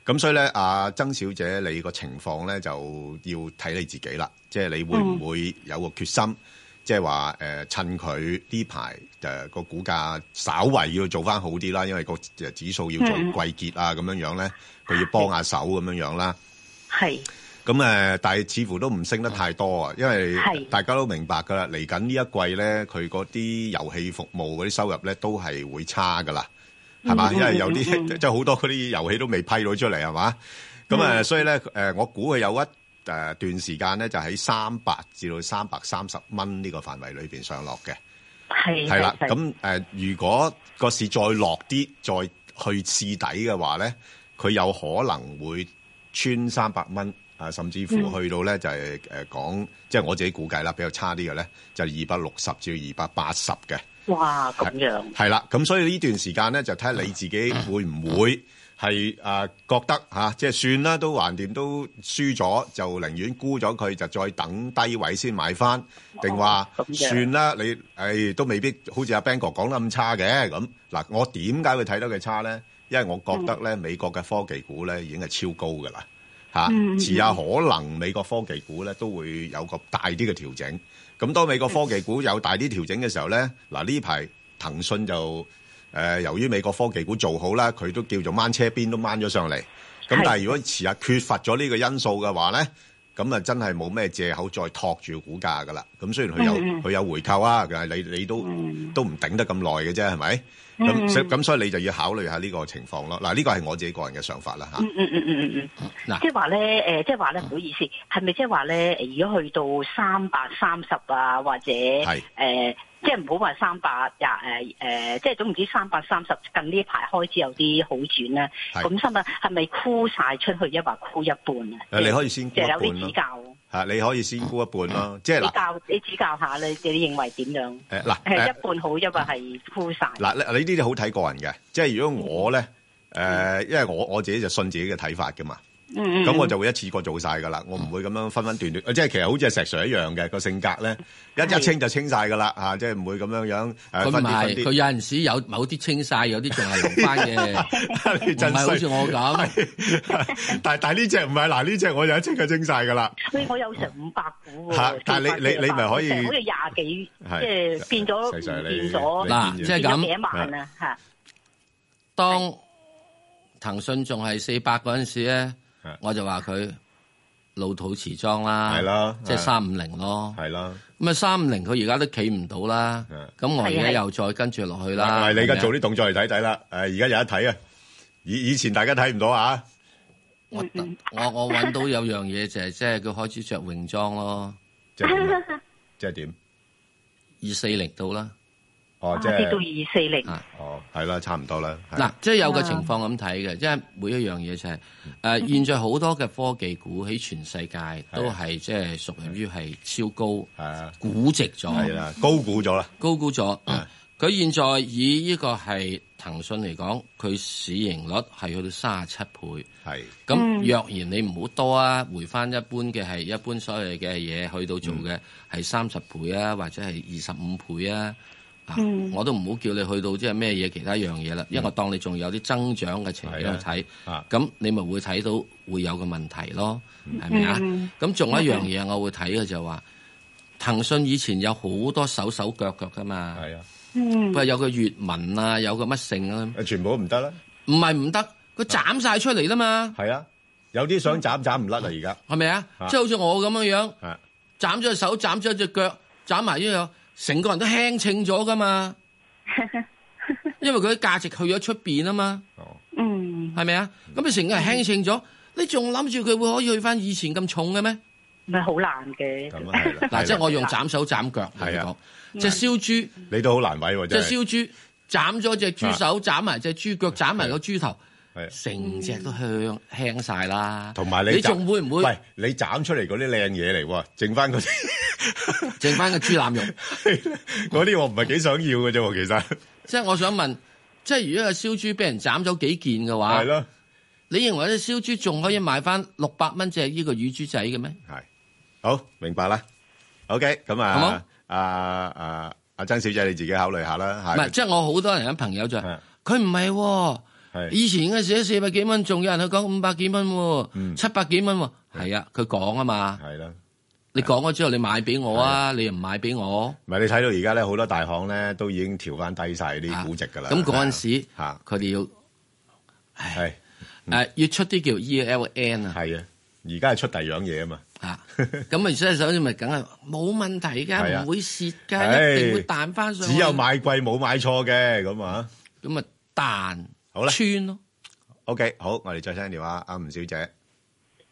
S3: 咁所以咧，阿、曾小姐，你個情況咧就要睇你自己啦，即係你會
S5: 嗯
S3: 唔會有個決心，即係話誒趁佢呢排誒個股價稍為要做翻好啲啦，因為個誒指數要做
S5: 嗯嗯
S3: 季結啊咁樣樣咧，佢要幫下手咁樣樣啦。
S5: 係
S3: 咁誒，呃但係似乎都唔升得太多啊，因為
S5: 係
S3: 大家都明白㗎啦，嚟緊呢一季咧，佢嗰啲遊戲服務嗰啲收入咧都係會差㗎啦，係嘛？
S5: 嗯
S3: 因為有啲
S5: 嗯嗯
S3: 即係好多嗰啲遊戲都未批到出嚟係嘛？咁誒，呃
S5: 嗯
S3: 所以咧誒，我估佢有一誒呃段時間咧就喺三百至到三百三十蚊呢個範圍裏邊上落嘅。
S5: 係
S3: 係啦，
S5: 係
S3: 咁誒，如果個市再落啲，再去試底嘅話咧，佢有可能會穿三百蚊啊，甚至
S5: 嗯
S3: 乎去到咧就係誒講，即係我自己估計啦，比較差啲嘅咧，就二百六十至二百八十嘅。
S5: 哇咁樣
S3: 係啦，咁所以呢段時間咧，就睇下你自己
S5: 嗯
S3: 會唔會係啊覺得嚇、啊即係算啦，都橫掂都輸咗，就寧願沽咗佢，就再等低位先買翻，定話
S5: 哦咁嘅
S3: 算啦，你誒、唉都未必好似阿 Bang 哥講得咁差嘅咁。嗱，我點解會睇到佢差咧？因為我覺
S5: 嗯
S3: 得咧，美國嘅科技股咧已經係超高㗎啦。嚇，
S5: 嗯
S3: 遲下可能美國科技股咧都會有個大啲嘅調整。咁當美國科技股有大啲調整嘅時候咧，嗱呢排騰訊就誒、呃由於美國科技股做好啦，佢都叫做掹車邊都掹咗上嚟。咁
S5: 係
S3: 但係如果遲下缺乏咗呢個因素嘅話咧，咁啊真係冇咩藉口再托住股價噶啦。咁雖然佢有
S5: 嗯嗯
S3: 佢有回購啊，但係你你都
S5: 嗯
S3: 都唔頂得咁耐嘅啫，係咪？咁
S5: 嗯
S3: 所以咁所以你就要考慮下呢個情況咯。嗱，呢個係我自己個人嘅想法啦嚇。
S5: 嗯嗯嗯嗯嗯嗯，
S2: 嗱
S5: 即係話咧誒，即係話咧
S3: 嗯
S5: 唔好意思，係咪即係話咧？如果去到三百三十啊，或者
S3: 係
S5: 誒？呃即係唔好話三百廿誒誒，即係總唔知三百三十近呢排開始有啲好轉咧。
S3: 係
S5: 咁三百係咪箍晒出去，一或箍一半啊？
S3: 誒你可以先
S5: 即係有
S3: 沽一半
S5: 啲嗯
S3: 咯
S5: 指教，
S3: 嚇，你可以先沽一半咯。即係
S5: 你
S3: 嗱
S5: 教你指教下你，你認為點樣？
S3: 誒嗱
S5: 係
S3: 誒
S5: 一半好，一或係箍晒。
S3: 嗱，呢呢啲好睇個人嘅，即係如果
S5: 嗯
S3: 我咧，誒、因為我我自己就信自己嘅睇法噶嘛，
S5: 嗯嗯，
S3: 咁、我就會一次過做晒噶啦，我唔會咁樣分分段呃段，即係其實好似係石 Sir 一樣嘅個性格咧，一一
S5: 係
S3: 清就清晒噶啦，啊，即係唔會咁樣樣
S2: 佢
S3: 誒
S2: 唔
S3: 分啲
S2: 係，佢
S3: 分
S2: 有陣時有某啲清晒，有啲仲係留翻
S3: <laughs>
S2: 嘅，
S3: 啲，你
S2: 唔
S3: 真
S2: 係好
S3: <laughs> 衰
S2: 似我咁。
S3: <laughs> 但但呢只唔係，嗱呢只我就一清就清晒噶啦，
S5: 喂我有成五百股
S3: 嚇
S5: 喎。
S3: 但係你
S5: 400
S3: 你你咪可以
S5: 成好似廿幾，
S3: 係
S5: 即係變咗
S3: 石
S5: 變
S3: Sir 你
S5: 咗啊
S2: 嗱
S3: 你
S2: 即係
S5: 變
S2: 咁
S5: 咗幾萬啊嚇。
S2: 當騰訊仲係四百嗰陣時咧
S3: 係，
S2: 我就話佢老土持裝啦，
S3: 啊係啊啦
S2: 即係
S3: 係
S2: 三五零咯。
S3: 係啦，
S2: 咁啊，三五零佢而家都企唔到啦
S3: 係。
S2: 咁我而
S5: 係啊
S2: 家
S5: 係
S2: 又再跟住落去啦。
S3: 啊嗱，你而家
S2: 係咪啊
S3: 做啲動作嚟睇睇啦，誒，而家有得睇啊，以以前大家睇唔到啊，
S2: 我
S5: 嗯
S2: 我我揾到有樣嘢就係即係佢開始着泳裝咯，
S3: 即係點啊？即係點？
S2: 二四零到啦。
S3: 哦，即
S5: 跌到
S3: 係
S5: 二四零，
S2: 啊
S3: 哦，係啦，差唔多啦，係
S2: 嗱，即係有個情況咁睇
S3: 嗯
S2: 嘅，即係每一樣嘢就係、誒、現在好多嘅科技股喺全世界都係即係屬於係超高
S3: 係啊，
S2: 估值
S3: 係
S2: 咗、
S3: 啦，高估咗啦，
S2: 高估咗。 <clears throat> 佢現在以呢個係騰訊嚟講，佢市盈率係去到三十七倍。
S3: 係
S2: 咁若然你唔好多啊，回翻一般嘅係一般所謂嘅嘢去到做
S3: 嗯
S2: 嘅係三十倍啊，或者係二十五倍啊，啊，
S3: 嗯
S2: 我都唔好叫你去到即係咩嘢其他樣嘢啦，因為我當你仲有啲增長嘅情況去睇
S3: 係啊啊，
S2: 咁你咪會睇到會有個問題咯，
S3: 嗯
S2: 係咪啊？咁仲有一樣嘢我會睇嘅就係話，騰訊以前有好多手手腳腳噶嘛，
S3: 係啊，
S2: 不過有個粵文啊，有個乜性啊，
S3: 全部都唔得啦，
S2: 唔係唔得，佢斬晒出嚟啦嘛，
S3: 係啊，有啲想斬斬唔甩啦，
S2: 係咪啊？
S3: 啊
S2: 即係好似我咁樣樣。
S3: 而家啊，
S2: 斬咗隻手，斬咗隻腳，斬埋呢樣，成個人都輕稱咗噶嘛。
S3: <laughs>
S2: 因為佢啲價值去咗出邊啊嘛，
S3: 哦，
S4: 嗯，
S2: 係咪啊？咁你成個人
S3: 嗯
S2: 輕稱咗，你仲諗住佢會可以去翻以前咁重嘅咩？
S5: 咪好難嘅。
S3: 咁啊係啦，
S2: 嗱，即係
S3: 係啦
S2: 我用斬手斬腳嚟
S3: 係
S2: 講
S3: 啊，
S2: 隻燒豬，
S3: 你都好難為喎，
S2: 隻
S3: 真係，啊
S2: 燒豬斬咗隻豬手，斬埋隻豬腳，斬埋個豬頭，
S3: 係。
S2: 成隻都向輕晒啦。
S3: 嗯同埋你
S2: 你
S3: 斬
S2: 仲會唔會
S3: 喂，你斬出嚟嗰啲靚嘢嚟喎，剩翻
S2: <laughs>
S3: 嗰啲
S2: 剩翻個豬腩肉？
S3: 嗰啲我唔係幾想要嘅啫喎，其實
S2: 即係我想問，即係如果個燒豬俾人斬咗幾件嘅話
S3: 係，咯，
S2: 你認為啲燒豬仲可以賣翻六百蚊只呢個乳豬仔嘅咩？
S3: 係好明白啦。OK，咁
S2: 好冇
S3: 啊，啊啊阿曾小姐你自己考慮下啦，
S2: 唔係，
S3: 係
S2: 即係我好多人嘅朋友就係
S3: 係
S2: 佢唔係喎。
S3: 係
S2: 以前嘅時四百幾蚊，仲有人去講五百幾蚊喎，七百幾蚊喎。係啊，佢講啊嘛。
S3: 嗯係啦。
S2: 你講咗之後，你買俾我啊，你又唔買俾我。
S3: 唔係你睇到而家咧，好多大行咧都已經調翻低晒啲估值㗎啦。
S2: 啊咁嗰陣時，
S3: 嚇
S2: 佢哋要
S3: 係
S2: 誒要出啲叫 ELN 啊，
S3: 係啊，而家係出第二樣嘢啊嘛。
S2: 啊，咁啊，所以首先咪梗係冇問題
S3: 係
S2: 㗎，
S3: 啊
S2: 唔會蝕
S3: 唉
S2: 㗎，一定會彈翻上去。
S3: 只有買貴冇買錯嘅咁啊。
S2: 咁啊彈
S3: 好啦
S2: 穿咯。
S3: OK，好，我哋再聽電話，阿吳小姐，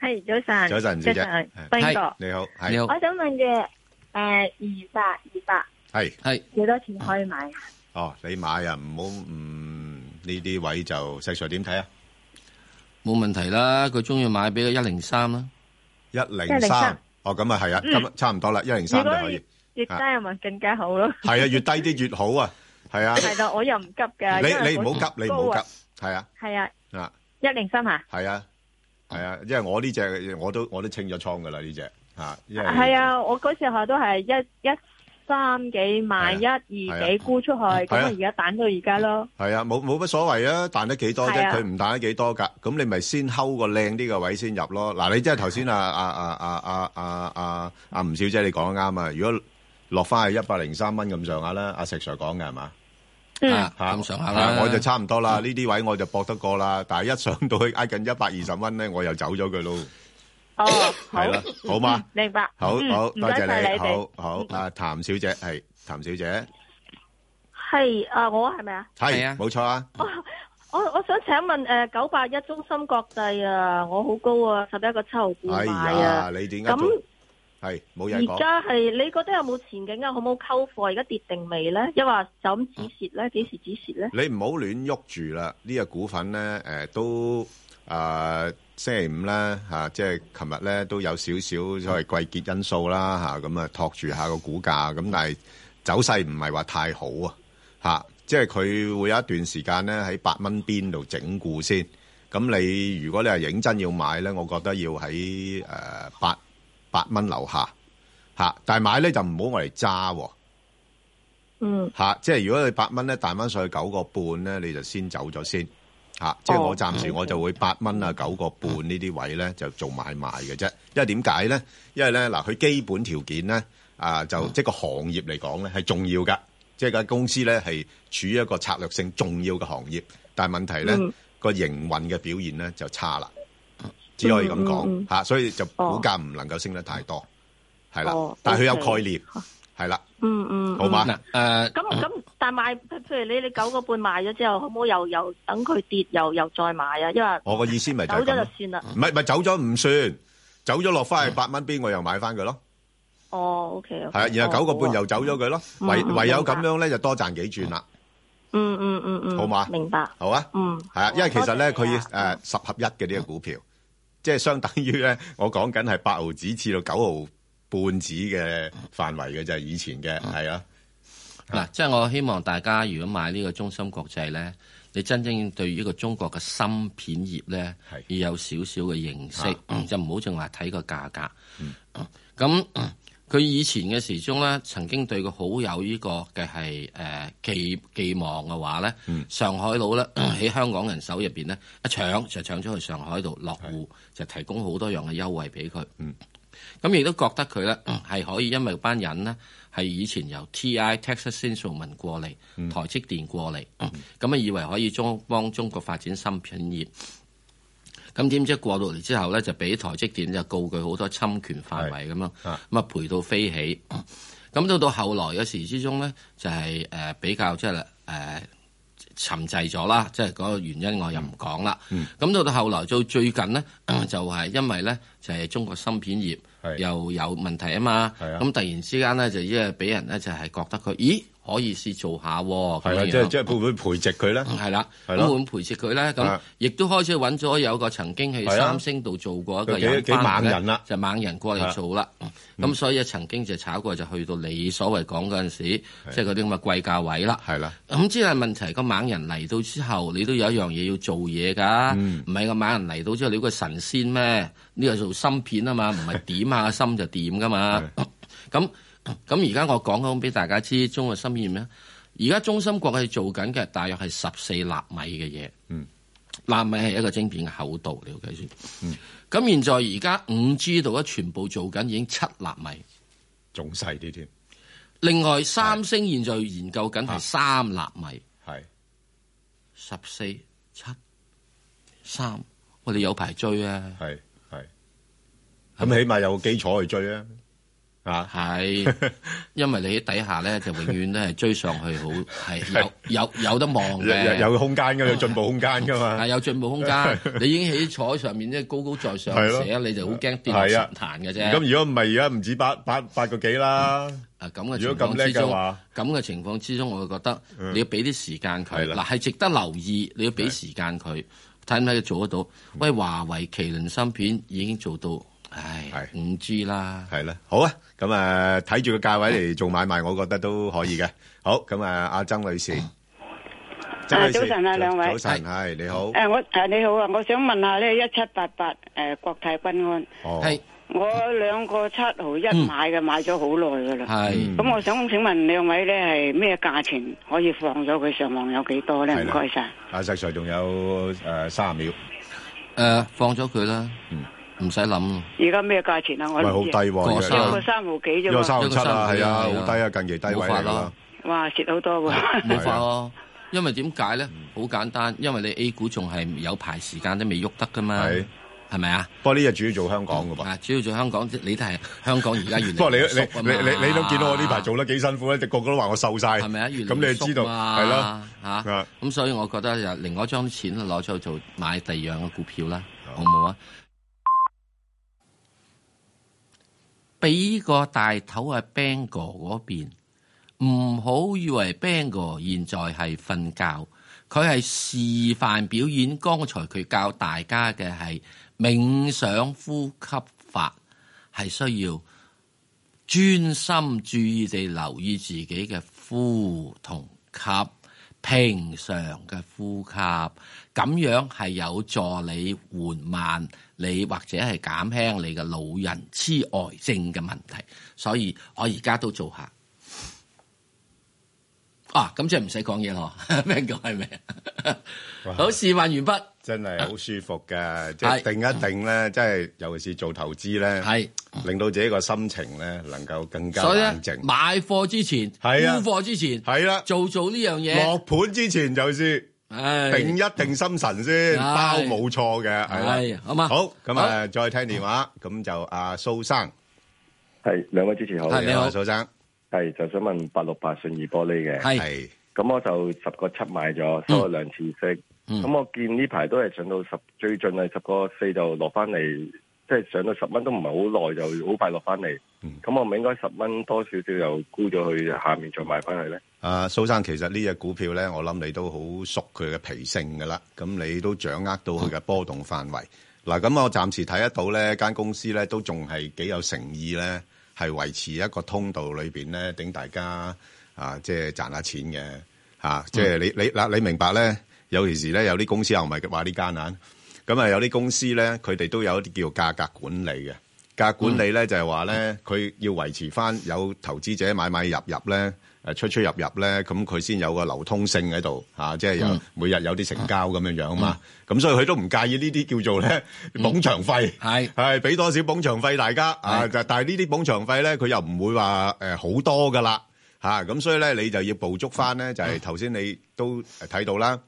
S6: 系早晨，
S3: 早晨吳小姐，係
S6: 斌
S2: 係
S6: 哥，
S3: 你好，係
S2: 你好，
S6: 我想问嘅诶二百二百
S3: 係。
S2: 係
S6: 几多钱可以买？
S3: 哦，你買啊，唔好嗯呢啲位就石 Sir 點睇啊？
S2: 冇問題啦，佢中意買俾佢一零三啦。
S3: 一零
S6: 103
S3: 三，哦咁啊係啊，咁啊差唔多啦，一零
S6: 如
S3: 三就
S6: 果
S3: 可以
S6: 越，越低又咪更加好咯。
S3: 係啊，越低啲越好啊，係啊，
S6: 系啦，我又唔急噶。
S3: 你你唔好急，你唔好急，係啊
S6: 急。系啊，
S3: 啊
S6: 一零三啊，
S3: 係啊係啊，因為我呢只我都我都清咗倉噶啦呢只啊，因為
S6: 系啊，我嗰时候都系一一三几买一
S3: 係
S6: 二几沽出去，咁
S3: 係啊
S6: 啊而家彈到而家咯。
S3: 係啊，冇冇乜所謂啊，彈得幾多啫
S6: 係，啊
S3: 佢唔彈得幾多㗎，咁你咪先睺個靚啲嘅位先入咯。嗱，你即係頭先啊啊啊啊啊啊啊啊吳小姐你講得啱啊，如果落翻去一百零三蚊咁上下啦，阿石 Sir 講嘅係嘛？
S6: 嗯，
S2: 啊咁上下啦
S3: 啊，我就差唔多啦，呢啲位我就搏得過啦，但係一上到去挨近一百二十蚊咧，我又走咗佢咯，
S6: 哦，好
S3: 係，啦，好嘛，
S6: 明白。
S3: 好
S6: 嗯
S3: 好
S6: 唔
S3: 多謝
S6: 該晒
S3: 你，
S6: 哋
S3: 好。好，阿譚小姐係譚小姐，
S6: 系啊，我系咪啊？
S2: 係啊
S3: 係冇錯啊，
S6: 我我想請問诶，九八一中心國際啊，我好高啊，十一個七毫
S3: 哎
S6: 半買
S3: 呀，
S6: 啊。
S3: 你點解
S6: 咁
S3: 做係冇嘢
S6: 而
S3: 講？
S6: 家係你覺得有冇前景啊？好冇溝貨？而家跌定未咧？一話就咁止蝕咧？幾時止蝕咧？
S3: 你唔好亂喐住啦，呢、個股份咧，誒、都啊、星期五啦嚇、啊即係琴日咧都有少少所謂季結因素啦嚇，咁啊托住下個股價，咁但係走勢唔係話太好啊嚇、即係佢會有一段時間咧喺八蚊邊度整固先。咁你如果你係認真要買咧，我覺得要喺誒八八蚊樓下嚇、但係買咧就唔好我嚟揸喎。
S6: 嗯，
S3: 吓、即係如果你八蚊咧彈翻上去九個半咧，你就先走咗先吓、
S6: 哦
S3: 即係我暫時我就會八蚊啊九個半呢啲位咧就做買賣嘅啫。因為點解咧？因為咧嗱，佢基本條件咧啊，
S6: 嗯
S3: 就即係個行業嚟講咧係重要㗎，即係間公司咧係處於一個策略性重要嘅行業，但係問題咧。
S6: 嗯
S3: 個營運嘅表現咧就差啦，只可以咁
S6: 嗯嗯
S3: 講嚇，所以就
S6: 哦
S3: 股價唔能夠升得太多，係啦
S6: 哦。
S3: 但係佢有
S6: OK
S3: 概念，係啦，
S6: 嗯嗯，
S3: 好嘛
S2: 嗱誒，
S6: 咁咁，但賣譬如你你九個半賣咗之後，可唔可以又又等佢跌，又又再買啊？因為
S3: 我個意思咪就
S6: 走
S3: 係
S6: 咗
S3: 咁
S6: 就
S3: 咯，
S6: 算啦。
S3: 唔係唔係走咗唔算，走咗落翻去八蚊邊，我又買翻佢咯，
S6: 哦，OK，
S3: 係啊，然後九個半又走咗佢咯，
S6: 嗯
S3: 唯
S6: 嗯
S3: 唯有
S6: 明白
S3: 咁樣咧就多賺幾轉啦，
S6: 嗯嗯嗯嗯，
S3: 好嘛
S6: 明白，
S3: 好啊。
S6: 嗯，
S3: 係啊，因為其實咧，
S6: 多謝
S3: 佢
S6: 你
S3: 要
S6: 啊
S3: 誒十合一嘅呢個股票，即係相等於咧，我講緊係八毫子至到九毫半子嘅範圍嘅就係以前嘅，係啊，
S2: 嗱，即係我希望大家如果買呢個中芯國際咧，你真正對呢個中國嘅芯片業咧
S3: 係，啊
S2: 要有少少嘅認識，就唔好淨話睇個價格。啊
S3: 嗯
S2: 咁嗯佢以前嘅時鐘咧，曾經對佢好有呢個嘅係誒寄寄望嘅話咧，
S3: 嗯
S2: 上海佬咧 <clears throat> 喺香港人手入邊咧一搶就搶咗去上海度落戶，就提供好多樣嘅優惠俾佢。
S3: 嗯
S2: 咁亦都覺得佢咧係可以，因為班人咧係以前由 T.I. Texas Instruments 過嚟，台積電過嚟，咁啊以為可以中幫中國發展芯片業。咁點知過到嚟之後咧，就俾台積電就告佢好多侵權範圍咁樣，
S3: 啊
S2: 咁啊賠到飛起。咁到到後來嘅時之中咧，就係、呃比較即係誒沉滯咗啦，即係嗰個原因我又唔講啦。咁、到到後來到最近咧， <clears throat> 就係因為咧就係、中國芯片業
S3: 係
S2: 又有問題啊嘛，
S3: 係啊
S2: 咁突然之間咧就因為俾人咧就係覺得佢咦可以試做下喎，
S3: 係啦，
S2: 咁樣
S3: 即係即係會唔會培植佢咧？
S2: 係啦，
S3: 係
S2: 咁
S3: 咯
S2: 會唔會培植佢咧？咁
S3: 啊
S2: 亦都開始揾咗有個曾經喺
S3: 係啊
S2: 三星度做過一個
S3: 佢
S2: 人
S3: 幾
S2: 翻嚟呢
S3: 幾猛人啦啊嗯
S2: 就猛人過嚟做啦。咁所以曾經就炒過，就去到你所謂講嗰陣時，即係嗰啲咁嘅貴價位啦。
S3: 係啦，
S2: 咁之係問題，個猛人嚟到之後，你都有一樣嘢要做嘢㗎，
S3: 嗯
S2: 唔係個猛人嚟到之後，你個神仙咩？呢個做芯片啊嘛，唔
S3: <laughs>
S2: 係點下個心就點㗎嘛。咁咁而家我講講俾大家知，中國芯片咩？而家中芯國係做緊嘅，大約係十四納米嘅嘢。
S3: 嗯，
S2: 納米係一個晶片嘅厚度，你要計算。
S3: 嗯
S2: 咁現在而家五 G 度咧，全部做緊已經七納米。
S3: 仲細啲添，
S2: 另外三星現在研究緊係
S3: 啊
S2: 三納米。
S3: 係
S2: 十四七三，我哋有排追啊，
S3: 係係，咁起碼有個基礎去追啊，啊，
S2: 係，因為你喺底下咧就永遠都係追上去好，
S3: <laughs>
S2: 係有有有得望
S3: <laughs> 有有
S2: 嘅，
S3: 有空間㗎，有進步空間㗎嘛
S2: 係，有進步空
S3: <laughs>
S2: 間。你已經喺坐上面即係高高在上
S3: 係咯
S2: 寫，你就好驚跌落
S3: 係
S2: 神
S3: 啊
S2: 壇嘅啫。
S3: 咁如果唔係而家唔止八八八個幾啦，
S2: 啊咁嘅情
S3: 如果
S2: 況
S3: 咁叻
S2: 之
S3: 嘅
S2: 中，咁
S3: 話嗯
S2: 嘅情況之中，我會覺得你要俾啲時間佢。
S3: 係啦
S2: 嗱係值得留意，你要俾時間佢，睇唔睇佢做得到。
S3: 嗯
S2: 喂，華為麒麟芯片已經做到，唉，
S3: 係
S2: 五 G 啦。
S3: 係啦，好啊，咁啊睇住個價位嚟做買賣，我覺得都可以嘅。好，咁啊，阿曾女士，曾女士
S4: 早晨啊兩位
S3: 早晨係你好，
S4: 诶，我诶你好啊，我想問下咧，一七八八诶國泰君安，
S3: 哦
S2: 係
S4: 我兩個七毫一買嘅，買咗好耐噶啦。
S2: 係
S4: 咁我想請問兩位咧，係咩價錢可以放咗佢上網有幾多咧？
S3: 係
S4: 唔
S3: 啦
S4: 該晒。
S3: 阿石 Sir 仲有誒三十秒，
S2: 誒放咗佢啦
S3: 嗯，
S2: 唔使諗咯。
S4: 而家咩價錢啊？我
S3: 喂，好
S4: 唔
S3: 低
S4: 知啊。
S2: 過
S3: 喎，
S4: 一
S2: 三
S4: 個三毫幾
S3: 一
S4: 啫
S3: 個
S4: 喎，
S3: 三
S2: 一
S3: 六
S2: 個
S3: 七
S2: 三六
S3: 啊，
S2: 七
S3: 係啊，
S2: 係啊
S3: 好低啊，近期低位
S2: 冇法
S3: 嚟
S2: 啦
S3: 啦，
S4: 哇，蝕好多喎。
S2: 冇法咯，因為點解咧？好簡單，因為你 A 股仲係有排時間都未喐得噶嘛，
S3: 係。
S2: 係咪啊？
S3: 不過呢日主要做香港嘅噃。
S2: 啊，主要做香港，你都係 <laughs> 香港而家越嚟
S3: 不過你
S2: 越
S3: 你
S2: 縮啊
S3: 你
S2: 嘛
S3: 你你都見到我呢排做得幾辛苦咧，個個都話我瘦晒，
S2: 係咪啊？越
S3: 咁你就知道係咯。
S2: 嚇。
S3: 啊
S2: 嚇咁所以我覺得就另外將啲錢攞咗去做買第二樣嘅股票啦，好唔好啊？俾個大頭啊 Bang 哥嗰邊，唔好以為 Bang 哥現在係瞓覺，佢係示範表演。剛才佢教大家嘅係冥想呼吸法，係需要。專心注意地留意自己嘅呼同吸，平常嘅呼吸，咁樣係有助你緩慢你或者係減輕你嘅老人痴呆症嘅問題。所以我而家都做下。啊，咁即係唔使講嘢咯， <laughs> 咩講係咩？好，示範完畢，
S3: 真係好舒服嘅，即係
S2: 係
S3: 定一定咧，即係尤其是做投資咧，
S2: 係，
S3: 令到自己個心情咧能夠更加
S2: 所以
S3: 冷
S2: 咧
S3: 靜。
S2: 買貨之前、沽
S3: 係啊
S2: 貨之前，
S3: 係啦，
S2: 做做呢樣嘢。
S3: 落盤之前就是
S2: 唉，
S3: 定一定心神
S2: 唉
S3: 先，包冇錯嘅，係啦。
S2: 係好嘛？
S3: 好，咁啊，再聽電話，咁就阿蘇生，
S7: 系兩位主持好，
S2: 係你好
S3: 啊蘇生，
S7: 係就想問八六八信義玻璃嘅，
S2: 係
S3: 係
S7: 咁我就十個七買咗，收咗兩次息，咁、
S2: 嗯
S7: 我見呢排都係上到十，最盡係十個四就落翻嚟，即係上到十蚊都唔係好耐，就好快落翻嚟。咁、
S3: 嗯
S7: 我咪應該十蚊多少少又沽咗去下面再買翻去咧？
S3: 啊，蘇生，其實呢只股票咧，我諗你都好熟佢嘅脾性噶啦，咁你都掌握到佢嘅波動範圍。嗱，咁我暫時睇得到咧，間公司咧都仲係幾有誠意咧，係維持一個通道裏邊咧，頂大家啊，即係賺下錢嘅嚇、啊即係你你嗱，你明白咧？有時時咧，有啲公司又唔係話呢間啊，咁啊有啲公司咧，佢哋都有一啲叫價格管理嘅。價格管理咧就係話咧，佢要維持翻有投資者買買入入咧，誒出出入入咧，咁佢先有個流通性喺度嚇，即係有
S2: 嗯
S3: 每日有啲成交咁樣樣嘛。咁所以佢都唔介意呢啲叫做咧捧場費。
S2: 係
S3: 係俾多少捧場費大家啊？就但係呢啲捧場費咧，佢又唔會話誒好多噶啦嚇，咁、所以咧你就要捕捉翻咧，就係頭先你都誒睇到啦。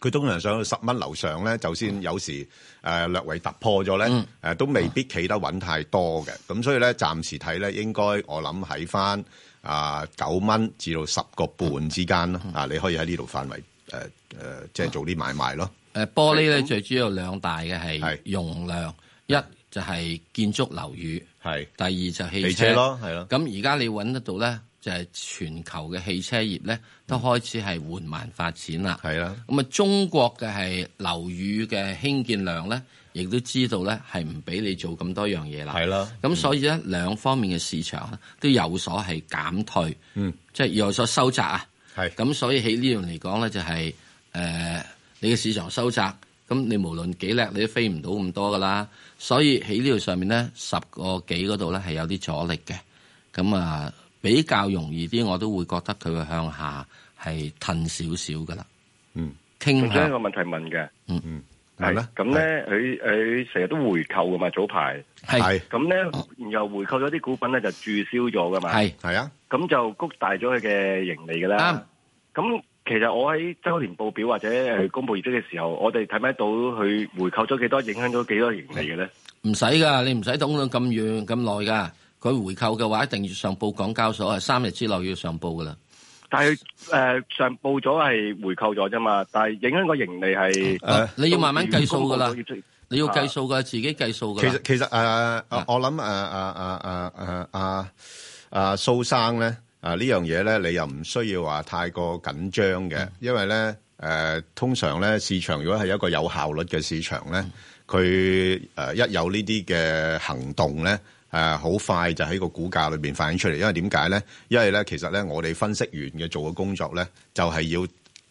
S3: 佢通常上到十蚊樓上咧，就算有時誒、呃略為突破咗咧，誒、呃
S2: 嗯
S3: 都未必企得穩太多嘅。咁所以咧，暫時睇咧，應該我諗喺翻啊九蚊至到十個半之間啦。啊，你可以喺呢度範圍誒誒、呃呃即係做啲買賣咯。
S2: 誒呃玻璃咧最主要兩大嘅係
S3: 係
S2: 容量，一就係建築樓宇，
S3: 係
S2: 第二就汽
S3: 汽車咯，係咯，
S2: 咁而家你揾得到咧，就係、全球嘅汽車業咧都開始係緩慢發展啦。
S3: 係啦。
S2: 咁啊，中國嘅係樓宇嘅興建量咧，亦都知道咧係唔俾你做咁多樣嘢啦。
S3: 係啦
S2: 咁所以咧兩方面嘅市場呢都有所係減退，
S3: 嗯，
S2: 即係有所收窄啊。
S3: 係
S2: 咁所以喺呢樣嚟講咧，就係、呃你嘅市場收窄，咁你無論幾叻，你都飛唔到咁多噶啦。所以喺呢度上面咧，十個幾嗰度咧係有啲阻力嘅。咁啊，比較容易啲，我都會覺得佢會向下係褪少少噶啦。
S3: 嗯，
S2: 傾
S7: 仲想一個
S2: 向
S7: 問題問嘅，
S3: 係
S7: 係
S3: 啦。
S7: 咁咧，佢佢成日都回購噶嘛，早排
S2: 係
S3: 係
S7: 咁咧，然後回購咗啲股份咧就註銷咗噶嘛，
S2: 係
S3: 係啊，
S7: 咁就谷大咗佢嘅盈利噶啦。
S2: 啱。
S7: 咁其實我喺周年報表或者誒公佈業績嘅時候，我哋睇唔睇到佢回購咗幾多，影響咗幾多盈利嘅咧？
S2: 唔使噶，你唔使等到咁遠咁耐噶。佢回購嘅話，一定要上報港交所啊，三日之內要上報噶啦。
S7: 但係誒、呃上報咗係回購咗啫嘛，但係影響個盈利係
S3: 誒
S2: 你要慢慢計數噶啦
S7: 公佈咗業績
S2: 你要計數噶，自己計數噶。
S3: 其實其實誒、呃我諗誒誒 à, 誒誒誒誒蘇生咧啊呢樣嘢咧，你又唔需要話太過緊張嘅，因為咧誒、呃通常咧市場如果係一個有效率嘅市場咧，佢誒、呃一有呢啲嘅行動咧。誒好、快就喺個股價裏邊反映出嚟，因為點解咧？因為咧，其實咧，我哋分析員嘅做嘅工作咧，就係、要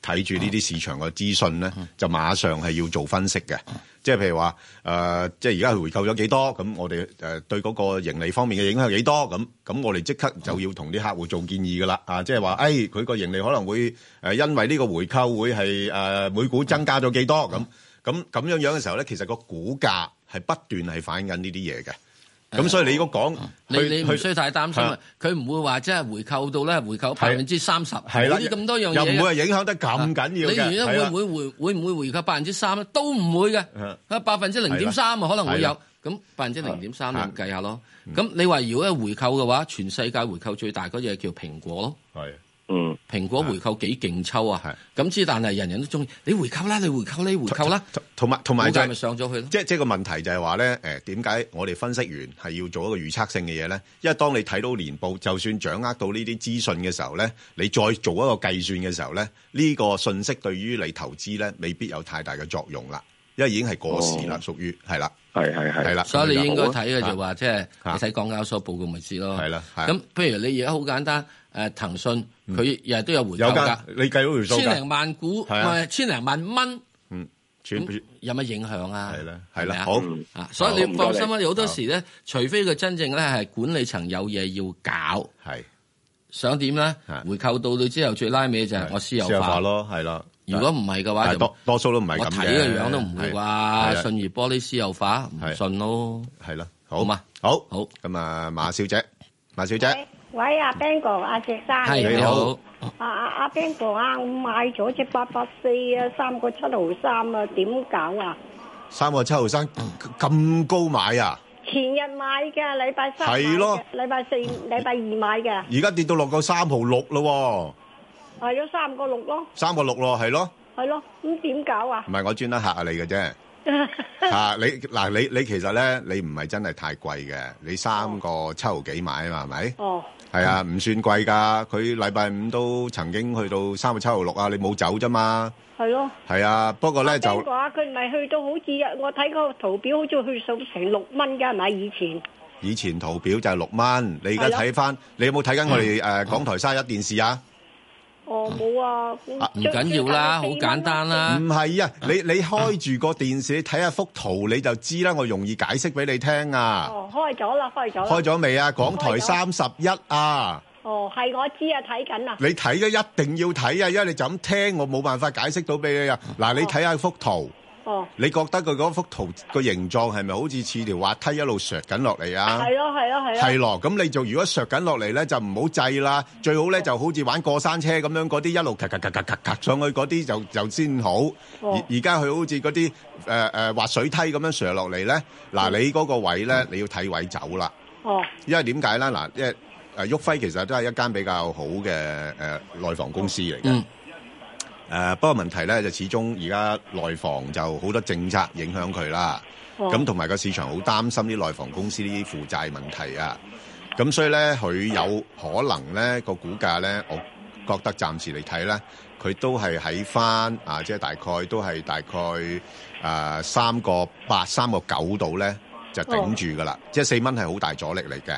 S3: 睇住呢啲市場嘅資訊咧，就馬上係要做分析嘅。即係譬如話誒、呃即係而家佢回購咗幾多，咁我哋誒、呃、對嗰個盈利方面嘅影響有幾多，咁咁我哋即刻就要同啲客戶做建議噶啦。啊，即係話誒佢個盈利可能會誒、呃因為呢個回購會係誒、呃每股增加咗幾多咁。咁咁樣樣嘅時候咧，其實個股價係不斷係反映緊呢啲嘢嘅。咁所以你如果講
S2: 你
S3: 去
S2: 你唔
S3: 去
S2: 需太擔心啊
S3: 係，
S2: 佢唔會話即係回購到咧回購百分之三十，
S3: 係啦，
S2: 冇啲咁多樣
S3: 又
S2: 嘢
S3: 唔
S2: 嘅。
S3: 會係影響得咁緊要
S2: 你
S3: 嘅。
S2: 原因
S3: 係啦
S2: 會唔會回會唔會回購百分之三咧？都唔會嘅
S3: 嗯，
S2: 啊百分之零點三啊可能會
S3: 係
S2: 有
S3: 啦。啊嗯
S2: 咁百分之零點三你咪計下咯。咁你話如果係回購嘅話，全世界回購最大嗰隻叫蘋果咯。
S3: 係
S7: 嗯，
S2: 蘋果回購幾勁抽啊！
S3: 啊係
S2: 咁之但係人人都中意，你回購啦，你回購啦，你回購啦，
S3: 同同埋同
S2: 股
S3: 埋就
S2: 價咪
S3: 係
S2: 上咗去咯。
S3: 即係即係個問題就係話咧，誒點解我哋分析員係要做一個預測性嘅嘢咧？因為當你睇到年報，就算掌握到呢啲資訊嘅時候咧，你再做一個計算嘅時候咧，呢、個信息對於你投資咧未必有太大嘅作用啦，因為已經係過時啦，
S7: 哦
S3: 屬於係啦，
S7: 係係
S3: 係
S7: 係
S3: 啦。
S2: 所以你應該
S3: 啊咁樣
S2: 睇嘅就話，即係你
S3: 啊
S2: 睇港交所報告咪知咯。
S3: 係啦係
S2: 咁譬如你而家好簡單，誒騰訊佢日日都有回購
S3: 嗯有
S2: 㗎
S3: 㗎，，你計到條數
S2: 千零
S3: 㗎，
S2: 萬股唔
S3: 係啊
S2: 係千零萬蚊，
S3: 全
S2: 咁有乜影響啊？
S3: 係啦啊係
S2: 係咪
S3: 啦，
S2: 啊
S3: 好
S7: 嗯
S2: 啊，所以你
S7: 好
S2: 放
S7: 唔該
S2: 心
S7: 你
S2: 啦，有好多時咧，除非佢真正咧係管理層有嘢要搞，
S3: 係
S2: 想點咧
S3: 係？
S2: 回購到咗之後，最拉尾就係我私有
S3: 私有
S2: 化。
S3: 咯，係啦。
S2: 如果唔係嘅話，
S3: 但係
S2: 就
S3: 多多數都唔係
S2: 我
S3: 咁嘅，
S2: 睇個樣都唔會
S3: 係
S2: 啩。
S3: 係啊
S2: 信義玻璃私有化唔
S3: 係
S2: 信咯。
S3: 係啦，好
S2: 好嘛
S3: 好
S2: 好
S3: 咁啊，馬小姐，馬小姐，
S8: 喂，阿 Ben 哥，阿石生，
S2: 係
S3: 你
S2: 你
S3: 好
S2: 好，
S8: 啊啊阿 Ben 哥啊，我買咗只八八四啊，三個七毫三啊，點搞啊？
S3: 三個七毫生咁高買啊！
S8: 前日買嘅，禮拜三買嘅
S3: 係咯
S8: 禮拜四、禮拜二買嘅，
S3: 而家跌到落個三毫六咯 <laughs>
S8: 係咗三個六咯，
S3: 喎，三個六咯，係咯，
S8: 係咯，咁點搞啊
S3: 唔？係我專登嚇下你嘅啫。嚇你嗱你你其實咧，你唔係真係太貴嘅，你三個七毫幾買啊嘛，係咪？
S8: 哦，
S3: 係啊，唔算貴㗎。佢禮拜五都曾經去到三個七毫六啊，你冇走啫嘛。
S8: 係咯。
S3: 係啊，不過咧就
S8: Ben 哥啊，佢唔係去到好似我睇個圖表，好似去到成六蚊㗎，係咪以前？
S3: 以前圖表就係六蚊，你而家睇翻，你有冇睇緊我哋誒港台三一電視啊？
S8: 哦，冇啊，
S3: 啊
S2: 唔緊要啦，好
S8: 最近係四蚊咯
S2: 簡單啦
S3: 唔。係啊，你你開住個電視你睇下幅圖你就知啦，我容易解釋俾你聽啊。
S8: 哦，開咗啦，開咗啦。
S3: 開咗未啊？港台
S8: 開
S3: 三
S8: 咗
S3: 十一啊！
S8: 哦，係我知啊，睇緊啊。
S3: 你睇嘅一定要睇啊，因為你就咁聽，我冇辦法解釋到俾你啊。嗱，你睇下幅圖，
S8: 哦，
S3: 你覺得佢嗰幅圖個形狀係咪好似似條滑梯一路削緊落嚟啊？
S8: 係咯，係咯，係咯。
S3: 係咯，咁你就如果削緊落嚟咧，就唔好制啦。最好咧就好似玩過山車咁樣，嗰啲一路咔咔咔咔咔咔上去嗰啲就就先好。而
S8: 哦
S3: 而家佢好似嗰啲誒誒滑水梯咁樣削落嚟咧，嗱你嗰個位咧你要睇位走啦。
S8: 哦，
S3: 因為點解咧？嗱，因為誒旭輝其實都係一間比較好嘅誒內房公司嚟嘅。
S2: 嗯
S3: 誒、呃不過問題咧就始終而家內房就好多政策影響佢啦，
S8: 哦
S3: 咁同埋個市場好擔心啲內房公司啲負債問題啊，咁所以咧佢有可能咧個股價咧，我覺得暫時嚟睇咧，佢都係喺翻啊，即係大概都係大概誒三個八、三個九度咧就
S8: 哦
S3: 頂住噶啦，即係四蚊係好大阻力嚟嘅，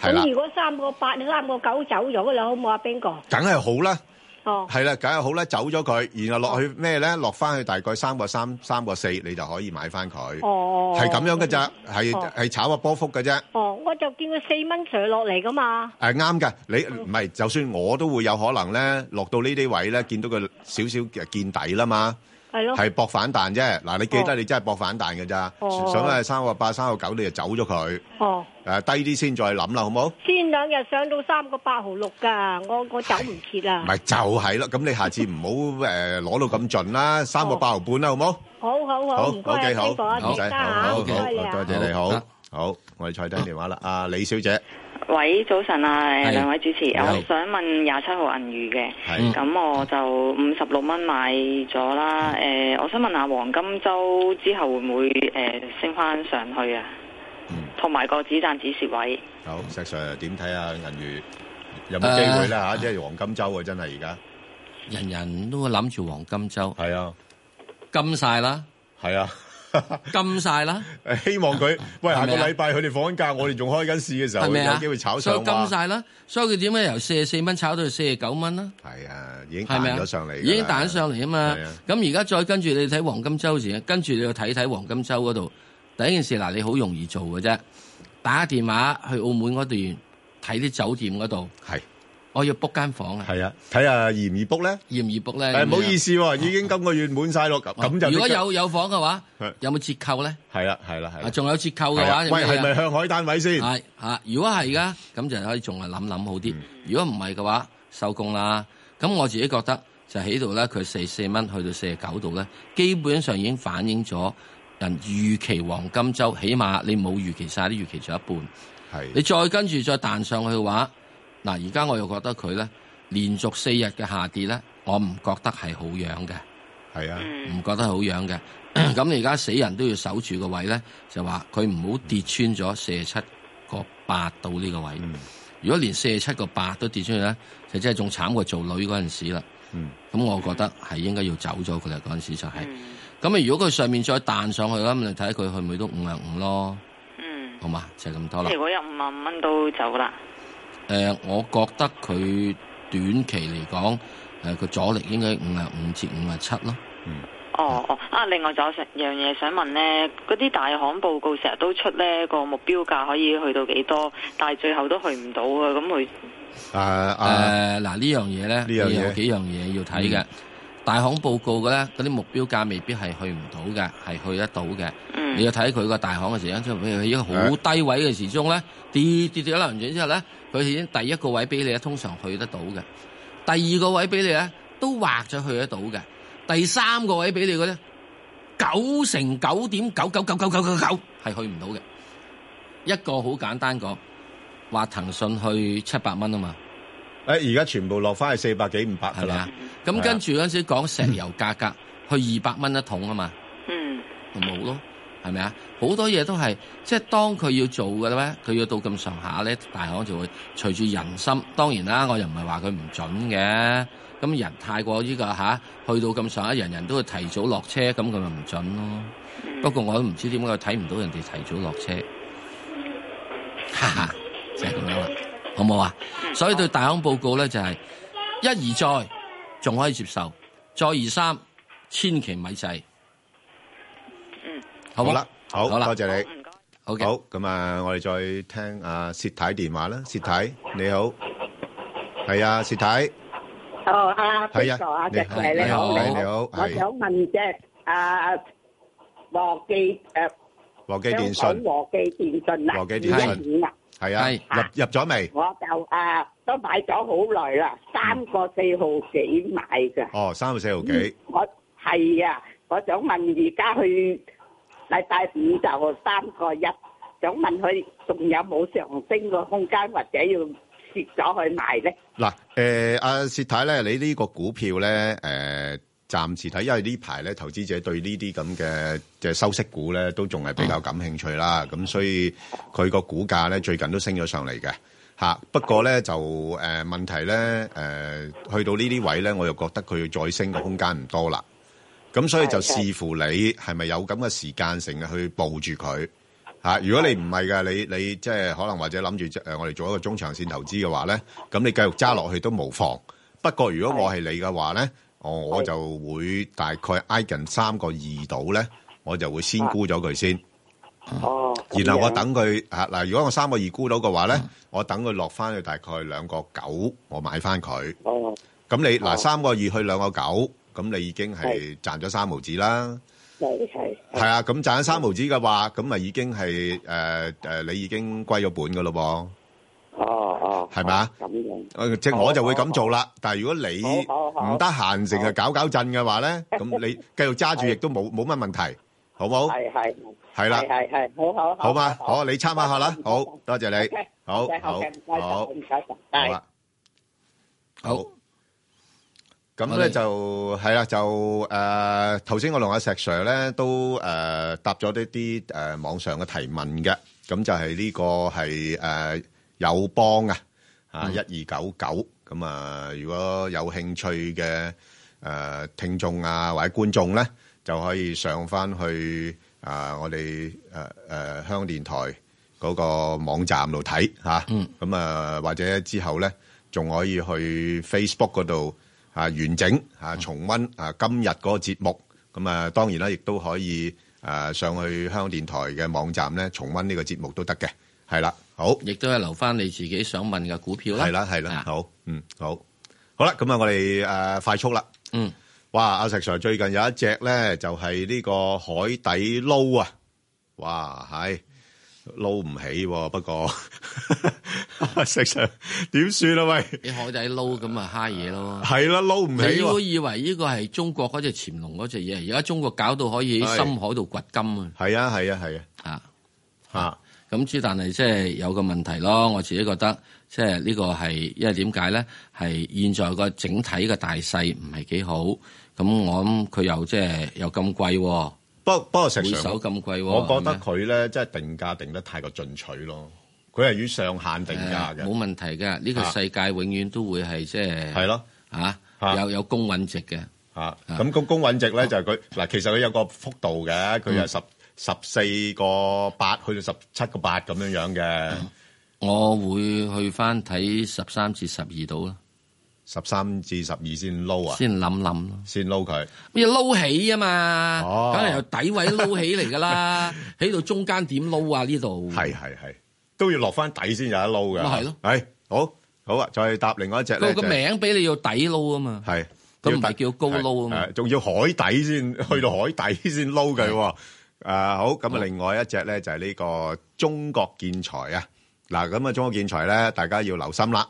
S3: 係啦
S8: 咁，如果三個八、三個九走咗㗎啦，好唔好啊，Ben 哥？
S3: 梗係好啦。
S8: 哦，
S3: 係啦，梗係好啦，走咗佢，然後落去咩咧？落翻去大概三個三、三個四，你就可以買翻佢。
S8: 哦，
S3: 係咁樣嘅咋，係
S8: 哦
S3: 係炒下波幅嘅啫。
S8: 哦，我就見佢四蚊上落嚟㗎嘛。
S3: 誒啱嘅，你唔係就算我都會有可能咧，落到呢啲位咧，見到佢少少嘅見底啦嘛，
S8: 係咯。
S3: 係搏反彈啫。嗱，你記得
S8: 哦
S3: 你真係搏反彈嘅咋，
S8: 哦
S3: 上去三個八、三個九你就走咗佢，
S8: 哦，
S3: 誒低啲先再諗啦，好冇？
S8: 先兩日上到三個八毫六㗎，我我走唔切啊。
S3: 咪就係咯，咁你下次唔好誒攞到咁盡啦，三個八毫半啦，好冇？
S8: 好好好，唔該啊
S3: ，OK，好，
S8: ，Ben 哥啊，
S3: 唔使，
S8: 石生
S3: 好，
S8: 啊，
S3: 好，
S8: 唔該你
S3: 好，
S8: 啊。
S3: 多謝你，
S2: 好，
S3: 好，
S2: 得。
S3: 好，我哋再聽電話啦，阿李小姐，
S9: 喂，早晨啊，
S2: 係
S9: 誒兩位主持，
S2: 你好
S9: 我想問廿七號銀娛嘅，
S2: 嗯
S3: 係
S9: 咁我就五十六蚊買咗啦。誒、
S2: 嗯
S9: 我想問下黃金周之後會唔會誒、升翻上去啊？
S2: 嗯
S9: 同埋個止賺止蝕位，
S3: 好，石Sir，點睇啊，銀娛有冇機會呢？嚇，即係黃金周啊，真係而家。係啊，
S2: 人人都諗住黃金周，金晒啦，金晒啦，
S3: 啊 <laughs> 希望佢-喂，
S2: 係咪啊？
S3: 下個禮拜佢哋放緊假，我哋仲開緊市嘅時候，
S2: 係咪啊？
S3: 有機會炒上
S2: 所以
S3: 話。
S2: 金晒啦，所以佢點解由四十四蚊炒到四十九蚊啦？
S3: 係啊，已經
S2: 係咪啊？
S3: 彈咗上嚟㗎啦。
S2: 已經彈咗上嚟啊嘛
S3: 係啊。
S2: 咁而家再跟住你睇黃金周時，跟住你要睇睇黃金周嗰度。第一件事嗱，你好容易做嘅啫，打電話去澳門嗰段睇啲酒店嗰度，我要 book 間房啊，
S3: 係，係啊，睇下易唔易book呢？
S2: 要唔要 book 咧？
S3: 誒，唔好意思喎，已經今個月滿晒咯，咁-咁就
S2: 哦如果
S3: 即刻-
S2: 有有房嘅話
S3: 係，
S2: 有冇折扣咧？
S3: 係啦，係啦，係啦。
S2: 啊，仲有折扣嘅
S3: 係啊，
S2: 話，有啊咩
S3: 喂，
S2: 啊
S3: 係咪向海單位先？
S2: 係嚇，如果係噶，咁就可以仲係諗諗好啲。如果唔係嘅話，收工啦。咁我自己覺得就喺度咧，佢四四蚊去到四十九度咧，基本上已經反映咗人預期黃金周，起碼你冇預期晒，啲預期咗一半。
S3: 係。
S2: 你再跟住再彈上去嘅話，嗱，而家我又覺得佢咧連續四日嘅下跌咧，我唔覺得係好樣嘅。
S3: 係啊。
S2: 唔覺得好樣嘅。 <clears throat> 咁你而家死人都要守住個位咧，就話佢唔好跌穿咗四十七個八到呢個位。
S3: 嗯
S2: 如果連四十七個八都跌穿去咧，就真係仲慘過做女嗰陣時啦。
S3: 嗯
S2: 咁我覺得係應該要走咗佢啦，嗰陣時就係、
S9: 嗯
S2: 咁啊，如果佢上面再彈上去啦，咁你睇下佢去唔去到五啊五咯，
S9: 嗯，
S2: 好嘛？就係咁多啦
S9: 即係。如果有五萬五蚊都走啦，
S2: 誒、我覺得佢短期嚟講，誒、佢阻力應該五啊五至五啊七咯。嗯
S9: 哦哦，啊，另外仲有成樣嘢想問呢，嗰啲大行報告成日都出呢個目標價可以去到幾多，但係最後都去唔到啊，咁佢
S3: 啊，
S2: 誒
S3: 啊，
S2: 嗱呢樣嘢咧，
S3: 呢樣嘢
S2: 有幾樣嘢要睇嘅。大行報告嘅咧，嗰啲目標價未必係去唔到嘅，係去得到嘅。
S9: 嗯
S2: 你要睇佢個大行嘅時間，即係譬如佢一個好低位嘅時鐘咧，跌跌跌咗兩轉之後咧，佢已經第一個位俾你咧，通常去得到嘅；第二個位俾你咧，都畫咗去得到嘅；第三個位俾你嘅咧，九成九點九九九九九九九係去唔到嘅。一個好簡單講，話騰訊去七百蚊啊嘛。
S3: 誒而家全部落翻去四百幾五百㗎
S2: 係咪
S3: 啦
S2: 啊，？咁跟住嗰陣時講石油價格去二百蚊一桶啊嘛，
S9: 嗯
S2: 咪冇咯，係咪啊？好多嘢都係即係當佢要做嘅咧，佢要到咁上下咧，大行就會隨住人心。當然啦，我又唔係話佢唔準嘅。咁人太過呢、個吓，去到咁上下，人人都會提早落車，咁佢咪唔準咯。不過我都唔知點解我睇唔到人哋提早落車，哈哈，就係咁樣啦，好冇啊？所以對大行報告咧就係、一而再，仲可以接受；再而三，千祈咪制。
S9: 嗯，
S2: 好冇
S3: 好啦，好，
S2: 好啦，
S3: 多謝你。
S9: 唔該。
S2: 好嘅，
S3: 好，咁啊，我哋再聽阿薛太電話啦。薛太，你好。係啊，薛太，係啊，
S8: 哦，阿
S3: 係啊
S8: Peter，阿
S3: 你
S8: 石 Sir，你好，
S2: 你好
S8: 你
S3: 你好
S8: 好，我
S3: 係
S8: 想問只阿和記誒，
S3: 和記電訊，
S8: 香港和記電訊啊，
S3: 和記電訊
S8: 515啊，
S3: 係啊，
S2: 係。
S3: 入-
S8: 我就啊都買咗好耐啦，三個四號幾買㗎。
S3: 入咗未？哦，三個四毫幾。
S8: 我係啊，我想問而家去禮拜五就三個一，想問佢仲有冇上升個空間，或者要蝕咗去賣咧？嗯
S3: 嗱，誒，阿薛太咧，你呢個股票咧，誒，暫時睇，因為呢排咧，投資者對呢啲咁嘅，即係收息股咧，都仲係比較感興趣啦。咁所以佢個股價咧，最近都升咗上嚟嘅，嚇。不過咧，就，誒，問題咧，誒，去到呢啲位咧，我又覺得佢再升嘅空間唔多啦。咁所以就
S8: 係，係。
S3: 視乎你係咪有咁嘅時間性去佈住佢。嚇！如果你唔係㗎，你你即係可能或者諗住誒，我哋做一個中長線投資嘅話咧，咁你繼續揸落去都無妨。不過如果我係你嘅話咧，我我就會大概挨近三個二度咧，我就會先沽咗佢先，
S8: 哦，咁
S3: 然後我
S8: 樣
S3: 等佢嚇嗱。如果我三個二沽到嘅話咧，我等佢落翻去大概兩個九，我買翻佢。
S8: 哦，
S3: 咁你嗱
S8: 哦
S3: 三個二去兩個九，咁你已經係賺咗三毫子啦。
S8: 係係
S3: 係啊，咁賺咗三毫子嘅話，咁啊咪已經係誒誒，你已經歸咗本嘅咯
S8: 哦哦，
S3: 係咪啊
S8: 咁樣
S3: 噃。誒即係我就會咁做啦。但係如果你
S8: 好好好
S3: 唔得閒，成日搞搞震嘅話
S8: <laughs>
S3: 咧，咁你繼續揸住亦都冇冇乜問題，好冇？
S8: 係係
S3: 係啦
S8: 係，係係，好好
S3: 好嘛，好，你參考下啦。好多謝你，好好好
S8: 好唔該曬，
S3: 好
S8: 係
S3: 啦，
S2: 好
S3: 好。咁
S2: 我
S3: 咧
S2: 哋
S3: 就係啦，就誒頭先我同阿石 Sir 咧都誒、呃答咗呢啲誒網上嘅提問嘅，咁就係呢個係誒、呃友邦啊，啊一二九九，咁啊如果有興趣嘅誒、呃、聽眾啊或者觀眾咧，就可以上翻去啊、我哋誒誒香港電台嗰個網站度睇嚇，
S2: 嗯
S3: 咁啊或者之後咧仲可以去 Facebook 嗰度。啊完整啊重温啊今日嗰個節目，咁啊當然啦，亦都可以誒上去香港電台嘅網站咧重温呢個節目都得嘅，係啦，好，
S2: 亦都係留翻你自己想問嘅股票啦。
S3: 係啦，係啦
S2: 啊，
S3: 好，嗯，好，好啦，咁啊，我哋誒快速啦，
S2: 嗯，
S3: 哇，阿石 Sir 最近有一隻咧就係呢個海底撈啊，哇，係撈唔起喎，
S2: <laughs>
S3: 不過石 Sir 點算啊？喂，
S2: 你海底撈咁啊，蝦嘢咯。
S3: 係啦，撈唔
S2: 你
S3: 起
S2: 都
S3: 喎，
S2: 以為呢個係中國嗰只潛龍嗰只嘢，而家中國搞到可以喺
S3: 係
S2: 深海度掘金啊！
S3: 係啊，係啊，係啊，
S2: 啊！
S3: 嚇。
S2: 咁之，但係即係有個問題咯。我自己覺得，即係呢個係因為點解咧？係現在個整體嘅大勢唔係幾好。咁我諗佢又即係又咁貴喎，
S3: 不不過石
S2: 每
S3: Sir，
S2: 手咁貴喎。
S3: 我覺
S2: 係
S3: 得
S2: 咪啊
S3: 佢咧真係定價定得太過進取咯，佢係於上限定價
S2: 誒
S3: 嘅，
S2: 冇問題㗎。呢個
S3: 啊
S2: 世界永遠都會係即係
S3: 係咯
S2: 嚇
S3: 啊
S2: 有有公允值嘅。
S3: 嚇。咁個公允值咧就係佢嗱，其實佢有個幅度嘅，佢係十十四個八去到十七個八咁樣樣嘅，
S2: 我會去翻睇十三至十二度啦，
S3: 十三至十二先撈啊，
S2: 先諗諗咯。
S3: 先撈佢。
S2: 要撈起啊嘛，
S3: 哦
S2: 梗係由底位撈起嚟㗎 <laughs> 啦，喺到中間點撈啊？呢度
S3: 係係係，都要落翻底先有得撈嘅。
S2: 咪係咯
S3: 係好好啊，再搭另外一隻咧
S2: 個
S3: 就
S2: 個
S3: 係
S2: 名俾你要底撈啊嘛，
S3: 係
S2: 咁
S3: 要
S2: 唔
S3: 大
S2: 係叫高撈啊嘛。
S3: 誒仲要海底先，去到海底先撈佢喎。啊，好，咁啊，另外一隻咧就係呢個中國建材啊。嗱，咁啊，中國建材咧，大家要留心啦。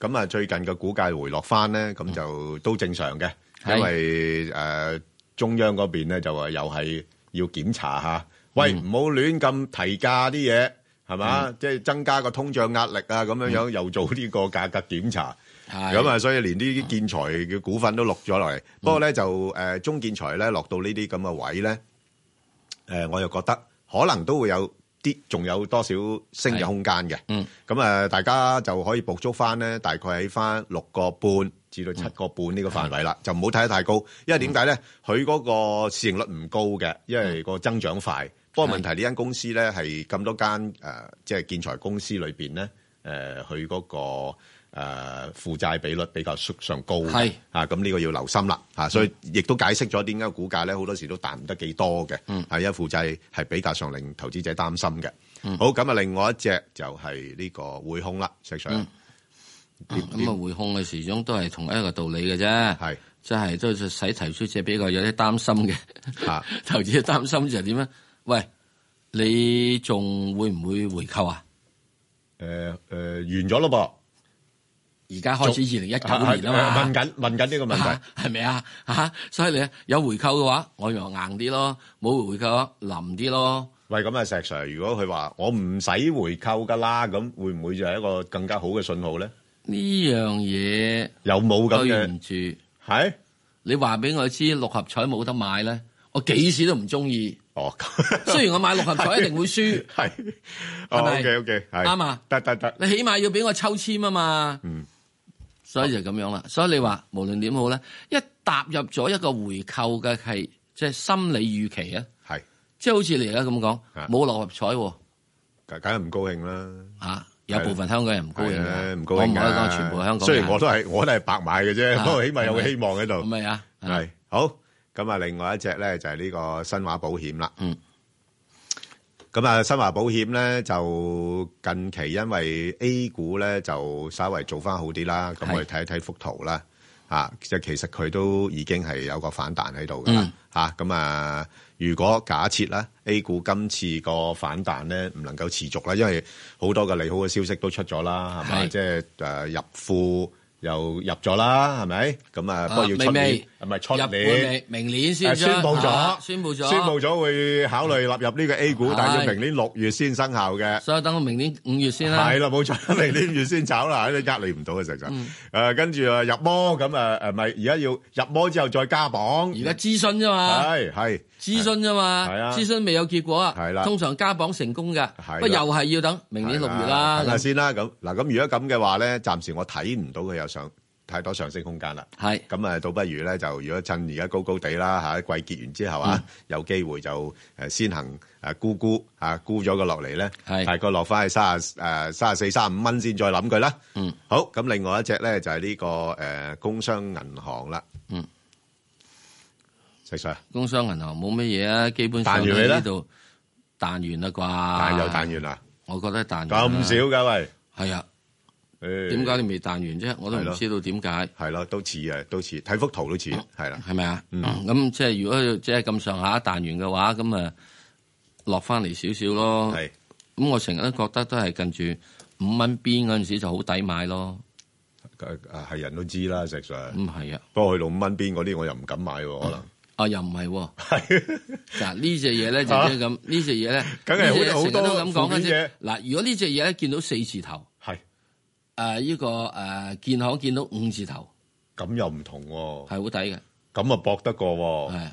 S3: 咁啊，最近嘅股價回落翻咧，咁就都正常嘅，
S2: 係
S3: 因為誒中央嗰邊咧就話又係要檢查下，喂，唔好亂咁提價啲嘢，係嘛？即係增加個通脹壓力啊，咁樣樣又做呢個價格檢查。
S2: 係
S3: 咁啊，所以連呢啲建材嘅股份都落咗落嚟。不過咧就誒、呃中建材咧落到呢啲咁嘅位咧，誒、我又覺得可能都會有啲仲有多少升嘅空間嘅。
S2: 嗯，
S3: 咁啊、呃大家就可以捕捉翻咧，大概喺翻六個半至到七個半呢個範圍啦，就唔好睇得太高，因為點解咧？佢嗰個市盈率唔高嘅，因為個增長快。不過問題呢間公司咧係咁多間誒、呃即係建材公司裏邊咧，誒佢嗰個誒、呃、負債比率比較上高嘅，
S2: 係
S3: 啊，咁呢個要留心啦，啊，所以亦都解釋咗點解股價咧好多時都彈唔得幾多嘅，係、因為負債係比較上令投資者擔心嘅。好，咁啊，另外一隻就係呢個匯控啦，石 Sir，
S2: 嗯咁啊，匯控嘅始終都係同一個道理嘅啫，
S3: 係
S2: 即係都使投資者比較有啲擔心嘅。
S3: 啊，
S2: <laughs> 投資者擔心就係點咧？喂，你仲會唔會回購啊？
S3: 誒誒、完咗咯噃。
S2: 而家開始二零一九年啊嘛
S3: 問。緊問緊呢個問題。
S2: 係咪啊？嚇、所以你有回購嘅話，我用硬啲咯；冇回購嘅話，腍啲咯。
S3: 喂，咁啊，石 Sir，如果佢話我唔使回購噶啦，咁會唔會就係一個更加好嘅信號咧？
S2: 呢樣嘢
S3: 有冇咁
S2: 對唔
S3: 嘅？
S2: 住，
S3: 係？ <laughs>
S2: 你話俾我知六合彩冇得買咧，我幾時都唔中
S3: <laughs>
S2: 意。
S3: 哦，
S2: 雖然我買六合彩一定會
S3: <laughs>
S2: 輸，
S3: 係。
S2: 係
S3: 哦
S2: 咪
S3: ，OK，OK，係。
S2: 啱啊
S3: 得得得，
S2: 你起碼要俾我抽籤啊嘛。
S3: 嗯，
S2: 所以就咁樣啦。所以你話無論點好咧，一踏入咗一個回購嘅係即係心理預期啊，
S3: 係，
S2: 即係好似你而家咁講，
S3: 啊
S2: 冇六合彩喎。
S3: 梗梗係唔高興啦。
S2: 啊，有部分香港人唔高興
S3: 係啊
S2: 㗎，
S3: 唔高
S2: 我唔
S3: 興
S2: 可以講全部香港人。
S3: 雖然我都係我都係白買嘅啫，
S2: 啊
S3: 不過起碼有個希望喺度。
S2: 咁咪啊，
S3: 係好咁啊！另外一隻咧就係呢個新華保險啦。
S2: 嗯。
S3: 咁啊，新華保險咧就近期因為 A 股咧就稍微做翻好啲啦。咁
S2: 係
S3: 我哋睇一睇幅圖啦。啊，即係其實佢都已經係有個反彈喺度㗎啦
S2: 嗯。
S3: 嚇咁啊，如果假設啦 A 股今次個反彈咧唔能夠持續啦，因為好多嘅利好嘅消息都出咗啦，係嘛？
S2: 係
S3: 即係誒入庫又入咗啦，係咪？咁啊，不過要
S2: 啊未
S3: 出年
S2: 未
S3: 係咪出
S2: 日本
S3: 年？
S2: 明明年
S3: 誒
S2: 先
S3: 宣布咗
S2: 啊，宣布咗，
S3: 宣布咗會考慮納入呢個 A 股，
S2: 係
S3: 但係要明年六月先生效嘅。
S2: 所以等我明年五月先啦
S3: 係。啦，冇錯，明年月先炒啦，你呃你唔到嘅實在。誒，跟住啊入魔咁啊誒，咪而家要入魔之後再加磅。
S2: 而家諮詢啫嘛，
S3: 係係
S2: 諮詢啫嘛
S3: 係啊，
S2: 諮詢未有結果啊。
S3: 係啦
S2: 通常加榜成功㗎，
S3: 係啦
S2: 不過又係要等明年六月啦
S3: 等。下先啦。咁嗱，咁如果咁嘅話咧，暫時我睇唔到佢有上太多上升空間啦。
S2: 係
S3: 咁啊，倒不如咧就如果趁而家高高地啦嚇，季結完之後啊，有機會就誒先行誒沽沽啊沽咗個落嚟咧，
S2: 係
S3: 大概落翻去三十誒三十四、三十五蚊先再諗佢啦。
S2: 嗯，
S3: 好咁，另外一隻咧就係呢個誒工商銀行啦。
S2: 嗯，
S3: 石 Sir，
S2: 工商銀行冇乜嘢啊，基本
S3: 彈
S2: 上
S3: 完未呢
S2: 呢度彈完啦啩。
S3: 彈又彈完啦，
S2: 我覺得彈完啦
S3: 咁少噶喂，
S2: 係啊？
S3: 誒
S2: 點解你未彈完啫？我都
S3: 係
S2: 唔
S3: 咯
S2: 知道點解。
S3: 係咯，都似啊，都似睇幅圖都似，係啦，
S2: 係咪啊？
S3: 嗯
S2: 咁即係如果即係咁上下彈完嘅話，咁啊落翻嚟少少咯。
S3: 係
S2: 咁我成日都覺得都係近住五蚊邊嗰陣時就好抵買咯。
S3: 誒誒係人都知啦，石 Sir。
S2: 咁係啊，
S3: 不過去到五蚊邊嗰啲，我又唔敢買喎，可 <laughs> 能。
S2: 啊又唔係喎。
S3: 係
S2: 嗱呢只嘢咧就即係咁，呢只嘢咧，
S3: 啊梗係好
S2: 呢隻嘢
S3: 好
S2: 成
S3: 多
S2: 日都咁講
S3: 負
S2: 嘅
S3: 面
S2: 啫。嗱，如果呢只嘢咧見到四字頭，
S3: 係
S2: 誒呢個誒建行見到五字頭，
S3: 咁又唔同喎，
S2: 係好抵嘅，
S3: 咁啊搏得過喎，
S2: 係啊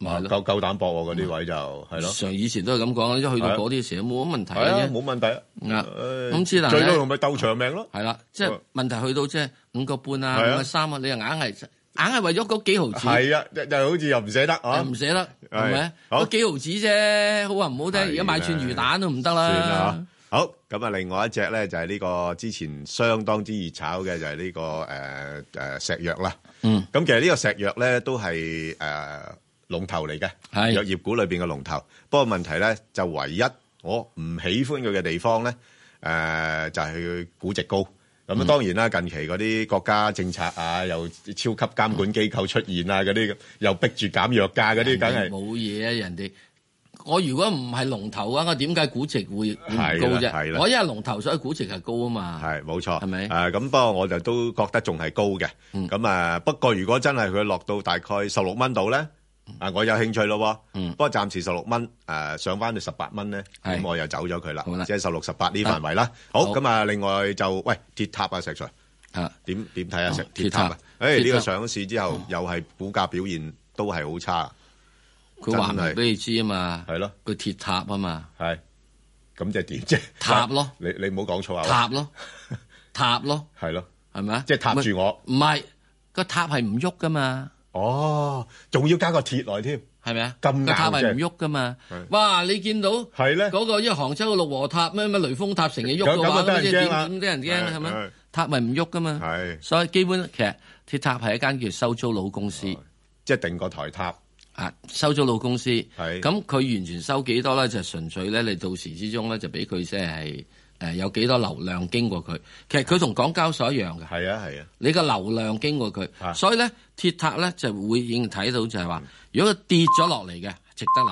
S2: 咪
S3: 啊
S2: 係咯。
S3: 夠夠膽搏喎嗰啲位就係咯，
S2: 上以前都係咁講，一去
S3: 係
S2: 到
S3: 啊
S2: 嗰啲時候冇乜問題
S3: 係啊
S2: 嘅啫。
S3: 冇問題啊，
S2: 啊
S3: 唉
S2: 咁之但係
S3: 最
S2: 呢
S3: 多用咪鬥長命咯，
S2: 係啦，即係
S3: 嗯
S2: 問題去到即係五個半
S3: 係
S2: 啊，
S3: 啊
S2: 五個三啊，你又硬係硬係為咗嗰幾毫子，
S3: 係啊，又又好似又唔捨得
S2: 又
S3: 啊
S2: 唔，捨得，係
S3: 係
S2: 咪？
S3: 好
S2: 嗰幾毫子啫，好話唔好聽，
S3: 係啦
S2: 而家買串魚蛋都唔得
S3: 算
S2: 啦
S3: 啦。嚇好，咁啊，另外一隻咧就係呢個之前相當之熱炒嘅就係呢個誒誒石藥啦。
S2: 嗯，
S3: 咁其實呢個石藥咧都係誒龍頭嚟嘅，
S2: 係
S3: 藥業股裏邊嘅龍頭。不過問題咧就唯一我唔喜歡佢嘅地方咧，誒就係佢估值高。咁啊，當然啦，近期嗰啲國家政策啊，又超級監管機構出現啊，嗰啲又逼住減藥價嗰啲，梗係
S2: 冇嘢啊！人哋我如果唔係龍頭啊，我點解估值會會唔
S3: 係
S2: 高
S3: 啦係啦
S2: 啫？我因為龍頭，所以估值係高啊嘛。
S3: 係冇錯，
S2: 係咪
S3: 誒咁不過我就都覺得仲係高嘅。咁啊，不過如果真係佢落到大概十六蚊度咧，啊我有興趣咯喎。不過暫時十六蚊誒上翻到十八蚊咧，
S2: 嗯係
S3: 咁我又走咗佢啦
S2: 好啦，
S3: 即係十六十八呢範圍啦。好
S2: 好
S3: 咁啊，另外就喂鐵塔啊，石 Sir
S2: 啊，
S3: 點點睇啊？石
S2: 鐵
S3: 鐵
S2: 塔
S3: 塔啊，誒呢
S2: 鐵
S3: 個
S2: 塔哦
S3: 上市之後又係股價表現都係好差，
S2: 佢話
S3: 真係
S2: 明俾你知啊嘛，
S3: 係咯，
S2: 佢鐵塔啊嘛，
S3: 係咁即係點啫？
S2: 塔咯，
S3: 你你唔好講錯啊！
S2: 塔
S3: <laughs>
S2: 咯，塔咯，
S3: 係咯，
S2: 係咪啊？
S3: 即係塔住我。
S2: 唔係個塔係唔喐噶嘛，
S3: 哦，仲要加個鐵來添，
S2: 係咪啊？
S3: 咁硬
S2: 個塔係
S3: 啫
S2: 唔喐噶嘛
S3: 係？
S2: 哇！你見到
S3: 係咧。
S2: 嗰個因為杭州嘅六和塔咩咩雷峰塔成日喐
S3: 咁
S2: 嘅
S3: 咁
S2: 話，
S3: 就得
S2: 咁即係
S3: 人驚啦
S2: 點點啲人驚啊係
S3: 係係
S2: 咪？塔咪唔喐噶嘛？
S3: 係
S2: 所以基本其實鐵塔係一間叫收租佬公司
S3: 即係定個台塔，
S2: 啊，收租佬公司。
S3: 係
S2: 咁佢完全收幾多咧？就純粹咧，你到時之中咧就俾佢即係誒有幾多流量經過佢。其實佢同港交所一樣嘅，
S3: 係啊係啊，
S2: 你個流量經過佢，
S3: 啊嗯
S2: 所以咧鐵塔咧就會已經睇到就係話，如果佢跌咗落嚟嘅，值得留。